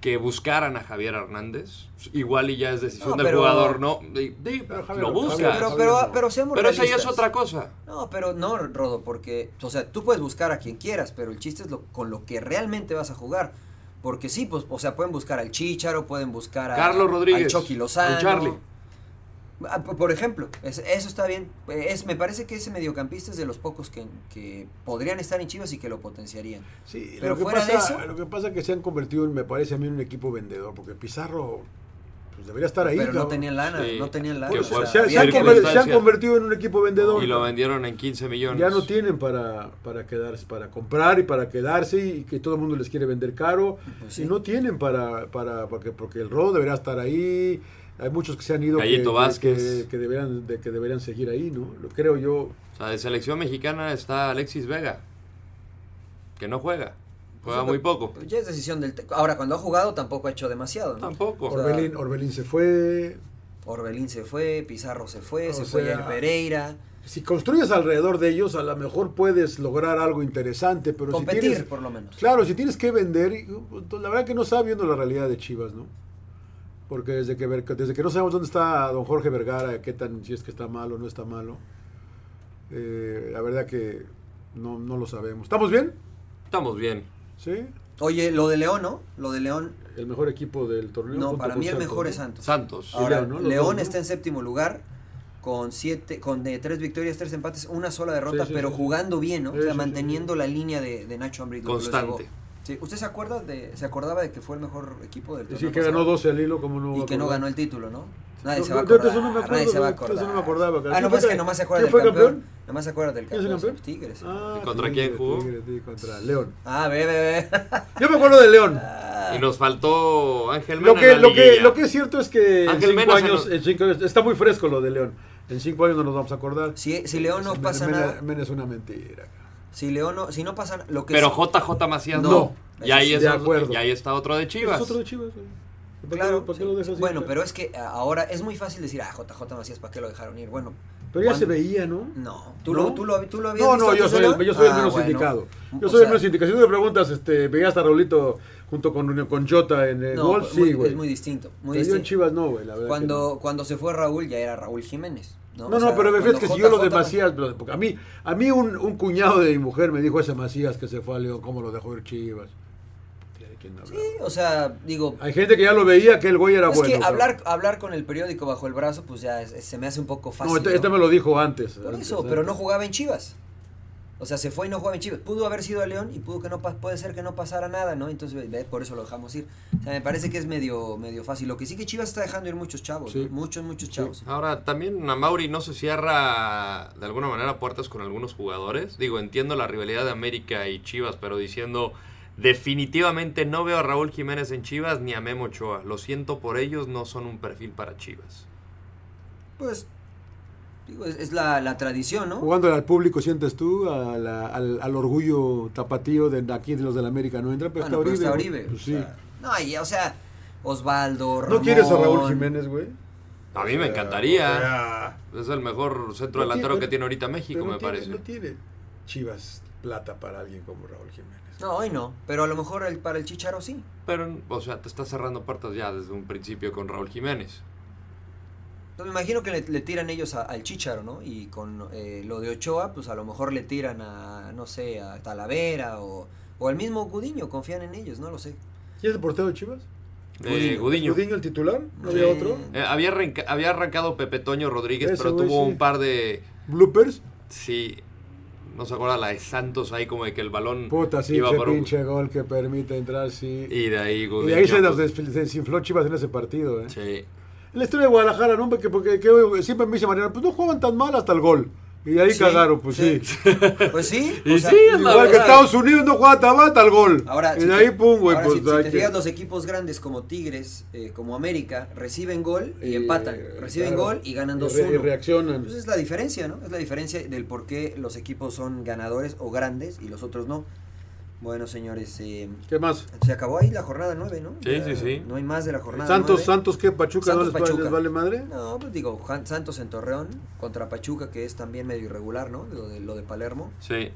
Speaker 2: que buscaran a Javier Hernández. Igual y ya es decisión
Speaker 3: No,
Speaker 2: del
Speaker 3: pero-
Speaker 2: jugador, no. Di- di,
Speaker 1: Pero Javier-
Speaker 2: lo
Speaker 1: Javier-
Speaker 2: buscas.
Speaker 3: Pero,
Speaker 2: pero
Speaker 1: Javier
Speaker 3: pero,
Speaker 1: no.
Speaker 3: pero seamos
Speaker 2: eso ya es
Speaker 3: realistas.
Speaker 2: otra cosa.
Speaker 3: No, pero no, Rodo, porque, o sea, tú puedes buscar a quien quieras, pero el chiste es lo, con lo que realmente vas a jugar. Porque sí, pues, o sea, pueden buscar al Chicharo, pueden buscar a
Speaker 2: Carlos Rodríguez,
Speaker 3: al Chucky Lozano.
Speaker 2: al Charlie.
Speaker 3: Ah, por por ejemplo, es- eso está bien. Eh, Es, me parece que ese mediocampista es de los pocos que, que podrían estar en Chivas y que lo potenciarían.
Speaker 1: Sí,
Speaker 3: Pero
Speaker 1: lo que,
Speaker 3: fuera
Speaker 1: pasa,
Speaker 3: de eso-
Speaker 1: lo que pasa es que se han convertido, en, me parece a mí, en un equipo vendedor, porque Pizarro pues, debería estar ahí.
Speaker 3: pero no
Speaker 1: cabrón.
Speaker 3: tenían lana,
Speaker 2: Sí,
Speaker 3: no tenían lana.
Speaker 2: que
Speaker 3: o
Speaker 2: fue-
Speaker 3: sea,
Speaker 1: se, han- se
Speaker 3: había
Speaker 1: han
Speaker 3: que-
Speaker 1: conver- se han
Speaker 2: circunstancias.
Speaker 1: convertido en un equipo vendedor.
Speaker 2: Y lo vendieron en 15 millones.
Speaker 1: ya no tienen para, para quedarse, para comprar y para quedarse y que todo el mundo les quiere vender caro.
Speaker 3: Pues sí.
Speaker 1: Y no tienen para, para porque, porque el rodo debería estar ahí. Hay muchos que se han ido que-
Speaker 2: Gallito
Speaker 1: que,
Speaker 2: Vázquez.
Speaker 1: que- que deberían, de, que deberían seguir ahí, ¿no? Lo creo yo.
Speaker 2: O sea, de selección mexicana está Alexis Vega, que no juega. Juega muy poco.
Speaker 3: Ya es decisión del... te- Ahora, cuando ha jugado tampoco ha hecho demasiado, ¿no?
Speaker 2: Tampoco.
Speaker 3: sea,
Speaker 1: Orbelín, Orbelín se fue.
Speaker 3: Orbelín se fue, Pizarro se fue,
Speaker 1: O
Speaker 3: se fue
Speaker 1: sea-
Speaker 3: Yair Pereira.
Speaker 1: Si construyes alrededor de ellos, a lo mejor puedes lograr algo interesante, pero
Speaker 3: competir,
Speaker 1: si tienes,
Speaker 3: por lo menos.
Speaker 1: Claro, si tienes que vender, y, uh, la verdad que no está viendo la realidad de Chivas, ¿no? Porque desde que, Ver- desde que no sabemos dónde está don Jorge Vergara, qué tan, si es que está malo o no está malo, eh, la verdad que no, no lo sabemos. ¿Estamos bien?
Speaker 2: Estamos bien.
Speaker 1: ¿Sí?
Speaker 3: Oye, lo de León, ¿no? Lo de León,
Speaker 1: El mejor equipo del torneo.
Speaker 3: no,
Speaker 1: junto
Speaker 3: para
Speaker 1: con
Speaker 3: mí el
Speaker 1: Santos,
Speaker 3: mejor
Speaker 1: ¿no?
Speaker 3: es Santos.
Speaker 2: Santos.
Speaker 1: Ah,
Speaker 3: Ahora,
Speaker 1: León, ¿no? Los dos,
Speaker 3: León
Speaker 1: ¿no?
Speaker 3: está en séptimo lugar con siete, con de tres victorias, tres empates, una sola derrota,
Speaker 1: Sí, sí,
Speaker 3: pero
Speaker 1: sí, sí.
Speaker 3: jugando bien, ¿no?
Speaker 1: Sí,
Speaker 3: o sea,
Speaker 1: sí, sí,
Speaker 3: manteniendo la línea de, de Nacho Ambriz. lo que los
Speaker 2: Constante.
Speaker 3: llevó. Sí. ¿Usted se acuerda de, se acordaba de que fue el mejor equipo del
Speaker 1: Y sí
Speaker 3: torneo
Speaker 1: que ganó
Speaker 3: pasado?
Speaker 1: 12 al hilo, como no.
Speaker 3: y
Speaker 1: va a
Speaker 3: que no
Speaker 1: acordar?
Speaker 3: ganó el título, ¿no? Nadie
Speaker 1: No,
Speaker 3: se va a
Speaker 1: yo de eso
Speaker 3: acordar. Ah,
Speaker 1: no me acuerdo,
Speaker 3: nadie se
Speaker 1: de-
Speaker 3: va a
Speaker 1: de
Speaker 3: acordar.
Speaker 1: eso no me acordaba, cara.
Speaker 3: Ah, no,
Speaker 1: ¿Quién
Speaker 3: pues
Speaker 1: fue
Speaker 3: es que nomás se acuerda del
Speaker 1: campeón?
Speaker 3: campeón.
Speaker 1: ¿Quién fue
Speaker 3: Nomás se acuerda del
Speaker 1: ¿Quién es el
Speaker 3: campeón. son los
Speaker 1: campeón?
Speaker 3: Tigres.
Speaker 1: Ah,
Speaker 2: ¿Y contra
Speaker 1: Tigres,
Speaker 2: quién jugó?
Speaker 1: Tigres, sí, contra León.
Speaker 3: Ah, ve, ve, ve.
Speaker 1: Yo me acuerdo de León.
Speaker 2: Y nos faltó Ángel Mena
Speaker 1: Ah. Lo que,
Speaker 2: en la
Speaker 1: lo, que,
Speaker 2: liguilla.
Speaker 1: lo que es cierto es que en
Speaker 2: Ángel
Speaker 1: cinco,
Speaker 2: Mena se
Speaker 1: años,
Speaker 2: nos-
Speaker 1: en cinco años- está muy fresco lo de León. En cinco años no nos vamos a acordar.
Speaker 3: Si, si León no
Speaker 1: Ese
Speaker 3: pasa
Speaker 1: Mena-
Speaker 3: nada,
Speaker 1: Mena es una mentira.
Speaker 3: si León no, si no pasa nada, lo que
Speaker 2: Pero
Speaker 3: sí-
Speaker 2: JJ Macías
Speaker 3: No.
Speaker 2: no. Y, ahí
Speaker 1: De
Speaker 2: es otro-
Speaker 1: acuerdo.
Speaker 2: y ahí está otro de Chivas.
Speaker 1: Es otro de Chivas. güey. ¿Para qué-
Speaker 3: claro,
Speaker 1: para qué
Speaker 3: sí.
Speaker 1: lo dejas ir?
Speaker 3: bueno, pero es que a- ahora es muy fácil decir, ah, JJ Macías, ¿para qué lo dejaron ir? Bueno,
Speaker 1: Pero ya
Speaker 3: ¿cuándo?
Speaker 1: se veía, ¿no?
Speaker 3: No, tú,
Speaker 1: ¿No?
Speaker 3: Lo, tú, lo, tú lo habías
Speaker 1: No,
Speaker 3: visto
Speaker 1: no, yo
Speaker 3: antes
Speaker 1: soy,
Speaker 3: de
Speaker 1: el,
Speaker 3: León?
Speaker 1: yo soy el
Speaker 3: Ah,
Speaker 1: menos
Speaker 3: bueno. Mm,
Speaker 1: indicado. Yo
Speaker 3: O
Speaker 1: soy el
Speaker 3: sea,
Speaker 1: menos indicado. Si tú me preguntas, este, veías a Raulito junto con, con Jota en el
Speaker 3: no,
Speaker 1: gol,
Speaker 3: pues,
Speaker 1: sí,
Speaker 3: muy-
Speaker 1: güey.
Speaker 3: Es muy distinto, muy
Speaker 1: Pero yo en
Speaker 3: distinto.
Speaker 1: Chivas no, güey, la verdad. que no.
Speaker 3: Cuando, cuando se fue Raúl, ya era Raúl Jiménez. No,
Speaker 1: No,
Speaker 3: O
Speaker 1: no,
Speaker 3: sea,
Speaker 1: pero me fíjate que
Speaker 3: cuando
Speaker 1: si yo lo de
Speaker 3: JJ
Speaker 1: Macías, lo- porque a mí, a mí un, un cuñado de mi mujer me dijo ese Macías que se fue a León, ¿cómo lo dejó ir Chivas? ¿De quién habla?
Speaker 3: Sí, o sea, digo,
Speaker 1: Hay gente que ya lo veía que el güey era
Speaker 3: es
Speaker 1: bueno.
Speaker 3: que
Speaker 1: pero-
Speaker 3: hablar, hablar con el periódico bajo el brazo, pues ya es- es- se me hace un poco fácil.
Speaker 1: No, este,
Speaker 3: ¿no?
Speaker 1: este me lo dijo antes.
Speaker 3: Por
Speaker 1: antes,
Speaker 3: eso,
Speaker 1: antes.
Speaker 3: pero no jugaba en Chivas. O sea, se fue y no jugaba en Chivas. Pudo haber sido a León y pudo que no pas- puede ser que no pasara nada, ¿no? Entonces, ve, por eso lo dejamos ir. O sea, me parece que es medio medio fácil. Lo que sí que Chivas está dejando ir muchos chavos,
Speaker 1: Sí.
Speaker 3: ¿no? muchos muchos chavos.
Speaker 2: Ahora, también a Mauri no se cierra de alguna manera puertas con algunos jugadores. Digo, entiendo la rivalidad de América y Chivas, pero diciendo definitivamente no veo a Raúl Jiménez en Chivas ni a Memo Ochoa. Lo siento por ellos, no son un perfil para Chivas.
Speaker 3: Pues digo, es, es la, la tradición, ¿no?
Speaker 1: Jugando al público, sientes tú, a la- al, al orgullo tapatío de aquí de los de la América no entra, pero
Speaker 3: Bueno, pero
Speaker 1: está
Speaker 3: está
Speaker 1: Oribe.
Speaker 3: Oribe.
Speaker 1: güey. Pues
Speaker 3: o
Speaker 1: sí.
Speaker 3: sea, no, y, o sea, Osvaldo,
Speaker 1: ¿No quieres a Raúl
Speaker 3: Ramón,
Speaker 1: Jiménez, güey?
Speaker 2: A mí
Speaker 1: O
Speaker 2: me
Speaker 1: sea,
Speaker 2: encantaría.
Speaker 1: o sea,
Speaker 2: Es el mejor centro
Speaker 1: No
Speaker 2: delantero
Speaker 1: tiene-
Speaker 2: que tiene ahorita México,
Speaker 1: pero no
Speaker 2: me
Speaker 1: tiene-
Speaker 2: parece.
Speaker 1: No tiene Chivas plata para alguien como Raúl Jiménez.
Speaker 3: No, hoy no, pero a lo mejor el, para el Chicharo sí.
Speaker 2: Pero, o sea, te está cerrando puertas ya desde un principio con Raúl Jiménez.
Speaker 3: Entonces, me imagino que le, le tiran ellos a- al Chicharo, ¿no? Y con eh, lo de Ochoa, pues a lo mejor le tiran a, no sé, a Talavera o, o al mismo Gudiño, confían en ellos, no lo sé.
Speaker 1: ¿Quién es el portero de Chivas?
Speaker 2: Eh,
Speaker 3: Gudiño.
Speaker 2: Gudiño.
Speaker 1: ¿Gudiño el titular? ¿No había
Speaker 3: Sí.
Speaker 1: otro?
Speaker 2: Eh, había, arranca- había arrancado Pepe Toño Rodríguez,
Speaker 1: Ese
Speaker 2: pero
Speaker 1: güey,
Speaker 2: tuvo
Speaker 1: sí.
Speaker 2: un par de.
Speaker 1: ¿Bloopers?
Speaker 2: Sí. No se acuerda la de Santos ahí, como de que el balón
Speaker 1: Puta, sí,
Speaker 2: iba
Speaker 1: ese
Speaker 2: por un.
Speaker 1: pinche gol que permite entrar, sí. Y,
Speaker 2: Y de ahí Gudiño.
Speaker 1: ahí se nos
Speaker 2: pues,
Speaker 1: desfil- se desinfló Chivas en ese partido, ¿eh?
Speaker 2: Sí.
Speaker 1: La historia de Guadalajara, ¿no? Porque, porque que- siempre me dice Mariana, pues no juegan tan mal hasta el gol. Y de ahí
Speaker 3: Sí,
Speaker 1: cagaron, pues sí.
Speaker 3: sí. Pues sí.
Speaker 2: Y sí, es la
Speaker 1: Igual que
Speaker 2: verdad.
Speaker 1: Estados Unidos no juega tan mal hasta el gol.
Speaker 3: Ahora,
Speaker 1: y
Speaker 3: si
Speaker 1: de
Speaker 3: te-
Speaker 1: ahí, pum, güey,
Speaker 3: ahora,
Speaker 1: pues
Speaker 3: si, si
Speaker 1: hay
Speaker 3: te
Speaker 1: que-
Speaker 3: fijas, los equipos grandes como Tigres, eh, como América, reciben gol y
Speaker 1: Eh,
Speaker 3: empatan. Reciben
Speaker 1: claro.
Speaker 3: gol y ganan
Speaker 1: Y re- y
Speaker 3: 2-1.
Speaker 1: reaccionan.
Speaker 3: Entonces es la diferencia, ¿no? Es la diferencia del por qué los equipos son ganadores o grandes y los otros no. Bueno, señores, eh,
Speaker 1: ¿Qué más?
Speaker 3: se acabó ahí la jornada 9, ¿no?
Speaker 2: Sí, sí, sí.
Speaker 3: No hay más de la jornada
Speaker 1: Santos,
Speaker 3: nueve.
Speaker 1: Santos, ¿qué? ¿Pachuca no
Speaker 3: Santos,
Speaker 1: les, va- les
Speaker 3: Pachuca.
Speaker 1: vale madre?
Speaker 3: No, pues digo, Juan- Santos en Torreón contra Pachuca, que es también medio irregular, ¿no? Lo de, lo de Palermo.
Speaker 2: Sí.
Speaker 3: Eh,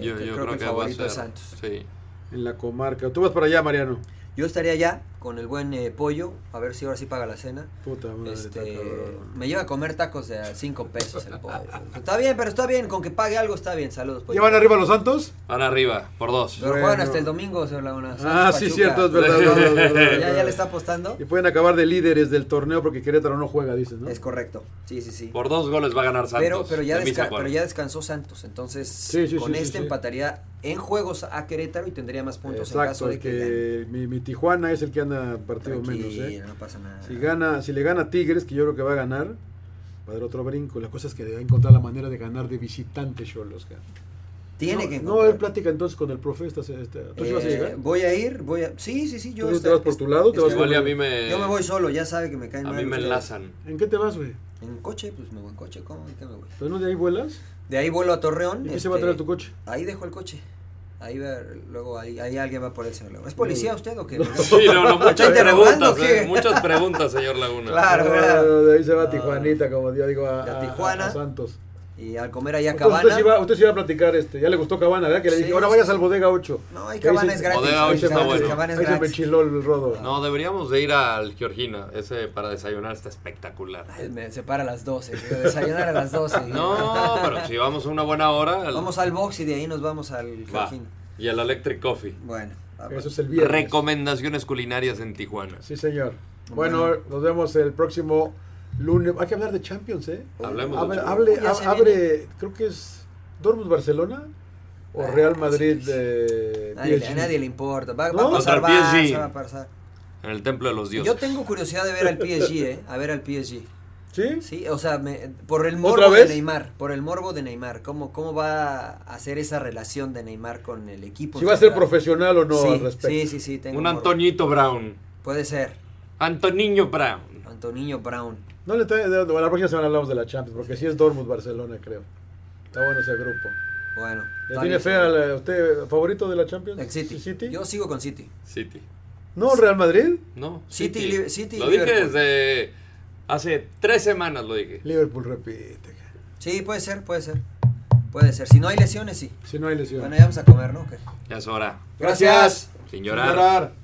Speaker 2: Yo,
Speaker 3: que
Speaker 2: yo
Speaker 3: creo
Speaker 2: creo,
Speaker 3: que el
Speaker 2: que va a
Speaker 3: favorito
Speaker 2: ser.
Speaker 3: es Santos.
Speaker 2: Sí.
Speaker 1: En la comarca. Tú vas para allá, Mariano.
Speaker 3: Yo estaría allá con el buen eh, pollo, a ver si ahora sí paga la cena.
Speaker 1: Puta madre. está
Speaker 3: Este,
Speaker 1: cabrón.
Speaker 3: me lleva a comer tacos de a 5 pesos el pollo. Está bien, pero está bien, con que pague algo está bien. Saludos, pollo.
Speaker 1: ¿Ya van arriba los Santos?
Speaker 2: Van arriba, por dos.
Speaker 3: Pero juegan
Speaker 1: Bueno.
Speaker 3: hasta el domingo, se habla una.
Speaker 1: Ah, sí, cierto, es verdad.
Speaker 2: Ya-
Speaker 1: verdad, verdad,
Speaker 3: ¿Ya, ya
Speaker 1: verdad.
Speaker 3: le está apostando?
Speaker 1: Y pueden acabar de líderes del torneo porque Querétaro no juega, dices, ¿no?
Speaker 3: Es correcto. Sí, sí, sí.
Speaker 2: Por dos goles va a ganar Santos.
Speaker 3: Pero, pero, ya
Speaker 2: de mis
Speaker 3: desca-
Speaker 2: acuerdos.
Speaker 3: pero ya descansó Santos, entonces
Speaker 1: Sí, sí,
Speaker 3: con
Speaker 1: sí, sí,
Speaker 3: este
Speaker 1: sí.
Speaker 3: empataría en juegos a Querétaro y tendría más puntos en
Speaker 1: Exacto,
Speaker 3: caso de
Speaker 1: que
Speaker 3: que,
Speaker 1: mi, mi Tijuana es el que anda partido
Speaker 3: gane.
Speaker 1: menos,
Speaker 3: Tranquilo,
Speaker 1: ¿eh?
Speaker 3: no pasa nada.
Speaker 1: Si, gana, si le gana a Tigres, que yo creo que va a ganar, va a dar otro brinco. La cosa es que debe encontrar la manera de ganar de visitante, Cholos. cara.
Speaker 3: Tiene
Speaker 1: no, No, él
Speaker 3: que encontrar.
Speaker 1: plática entonces con el pues, profe. Esta, esta- ¿Tú sí
Speaker 3: Eh,
Speaker 1: vas a llegar?
Speaker 3: voy a ir, voy a... Sí, sí, sí, yo...
Speaker 1: ¿Tú te
Speaker 3: este-
Speaker 1: vas por tu lado? ¿Te
Speaker 3: este-
Speaker 1: vas
Speaker 2: Igual y a mí me.
Speaker 3: Yo me voy solo, ya sabe que me caen
Speaker 2: A
Speaker 3: mal
Speaker 2: mí me
Speaker 3: ustedes.
Speaker 2: enlazan.
Speaker 1: ¿En qué te vas, güey?
Speaker 3: En coche, pues me voy en coche, ¿cómo? ¿En qué me voy?
Speaker 1: ¿Pero no de ahí vuelas?
Speaker 3: De ahí vuelo a Torreón.
Speaker 1: ¿Y qué se va a
Speaker 3: este,
Speaker 1: traer tu coche?
Speaker 3: Ahí dejo el coche. Ahí va, luego ahí, ahí alguien va por él, señor Laguna. ¿Es policía usted o qué?
Speaker 2: Sí, no, no,
Speaker 3: ¿Está
Speaker 2: muchas
Speaker 3: interrogando
Speaker 2: preguntas,
Speaker 3: o qué?
Speaker 2: eh, muchas preguntas, señor Laguna.
Speaker 3: Claro,
Speaker 1: Ah,
Speaker 3: claro.
Speaker 1: De ahí se va a
Speaker 3: Ah.
Speaker 1: Tijuanita, como yo digo, a,
Speaker 3: A
Speaker 1: a-
Speaker 3: Tijuana.
Speaker 1: a Santos.
Speaker 3: Y al comer allá
Speaker 1: Entonces,
Speaker 3: cabana...
Speaker 1: Usted, sí va, usted sí va a platicar, este. ya le gustó Cabana, ¿verdad? Que le
Speaker 3: Sí,
Speaker 1: dije, ahora
Speaker 3: sí.
Speaker 1: vayas al Bodega 8.
Speaker 3: No, hay
Speaker 1: Que ahí
Speaker 3: cabanas
Speaker 1: se-
Speaker 3: gratis.
Speaker 2: Bodega
Speaker 3: hay
Speaker 2: ocho está
Speaker 3: cabanas,
Speaker 2: bueno.
Speaker 3: cabanas
Speaker 1: Ahí se me
Speaker 3: gratis.
Speaker 1: chiló el rodo.
Speaker 2: No, deberíamos de ir al Georgina. Ese para desayunar está espectacular.
Speaker 3: Ay, Me separa a las 12, digo, desayunar a las 12.
Speaker 2: No, pero si vamos a una buena hora. al-
Speaker 3: Vamos al box y de ahí nos vamos al
Speaker 2: Va.
Speaker 3: Jorgin.
Speaker 2: Y al Electric Coffee.
Speaker 3: Bueno, a ver.
Speaker 1: Ah, Eso es el viernes.
Speaker 2: Recomendaciones culinarias en Tijuana.
Speaker 1: Sí, señor. Bueno, nos vemos el próximo lunes. Hay que hablar de Champions, ¿eh?
Speaker 2: Hablemos
Speaker 1: Hable,
Speaker 2: de-
Speaker 1: hable-
Speaker 3: Ya se
Speaker 1: ab- abre, creo que es Dortmund Barcelona o
Speaker 3: Ah,
Speaker 1: Real
Speaker 3: sí,
Speaker 1: Madrid
Speaker 3: sí.
Speaker 1: de
Speaker 3: Nadie, a nadie le importa. Va, va
Speaker 1: ¿No?
Speaker 3: a pasar
Speaker 2: Contra el PSG.
Speaker 3: Barça, va a pasar.
Speaker 2: En el Templo de los Dioses.
Speaker 3: Yo tengo curiosidad de ver al PSG, ¿eh? A ver al PSG.
Speaker 1: ¿Sí?
Speaker 3: Sí, o sea, me- por el
Speaker 1: ¿Otra
Speaker 3: morbo
Speaker 1: vez?
Speaker 3: de Neymar. Por el morbo de Neymar. ¿Cómo, ¿Cómo va a hacer esa relación de Neymar con el equipo?
Speaker 1: Si va a ser
Speaker 3: profesional
Speaker 1: profesional o no
Speaker 3: sí,
Speaker 1: al respecto.
Speaker 3: Sí, sí, sí. Tengo
Speaker 2: Un
Speaker 3: morbo.
Speaker 2: Antoñito Brown.
Speaker 3: Puede ser.
Speaker 2: Antoniño Brown.
Speaker 3: Antoniño Brown.
Speaker 1: No le trae- de- de- la próxima semana hablamos de la Champions, porque sí es Dortmund Barcelona, creo. Está bueno ese grupo.
Speaker 3: Bueno.
Speaker 1: ¿Le
Speaker 3: está
Speaker 1: tiene
Speaker 3: bien.
Speaker 1: fe a la- usted favorito de la Champions?
Speaker 3: El City. Yo sigo con City.
Speaker 2: City.
Speaker 1: No, Real Madrid,
Speaker 2: No.
Speaker 3: City, Liver- City,
Speaker 2: Lo dije
Speaker 3: Liverpool.
Speaker 2: desde hace tres semanas, lo dije.
Speaker 1: Liverpool repite.
Speaker 3: Sí, puede ser, puede ser. Puede ser. Si no hay lesiones, sí.
Speaker 1: Si no hay lesión.
Speaker 3: Bueno, ya vamos a comer, ¿no? ¿Qué?
Speaker 2: Ya es hora.
Speaker 1: Gracias.
Speaker 2: Sin llorar.
Speaker 1: Sin llorar.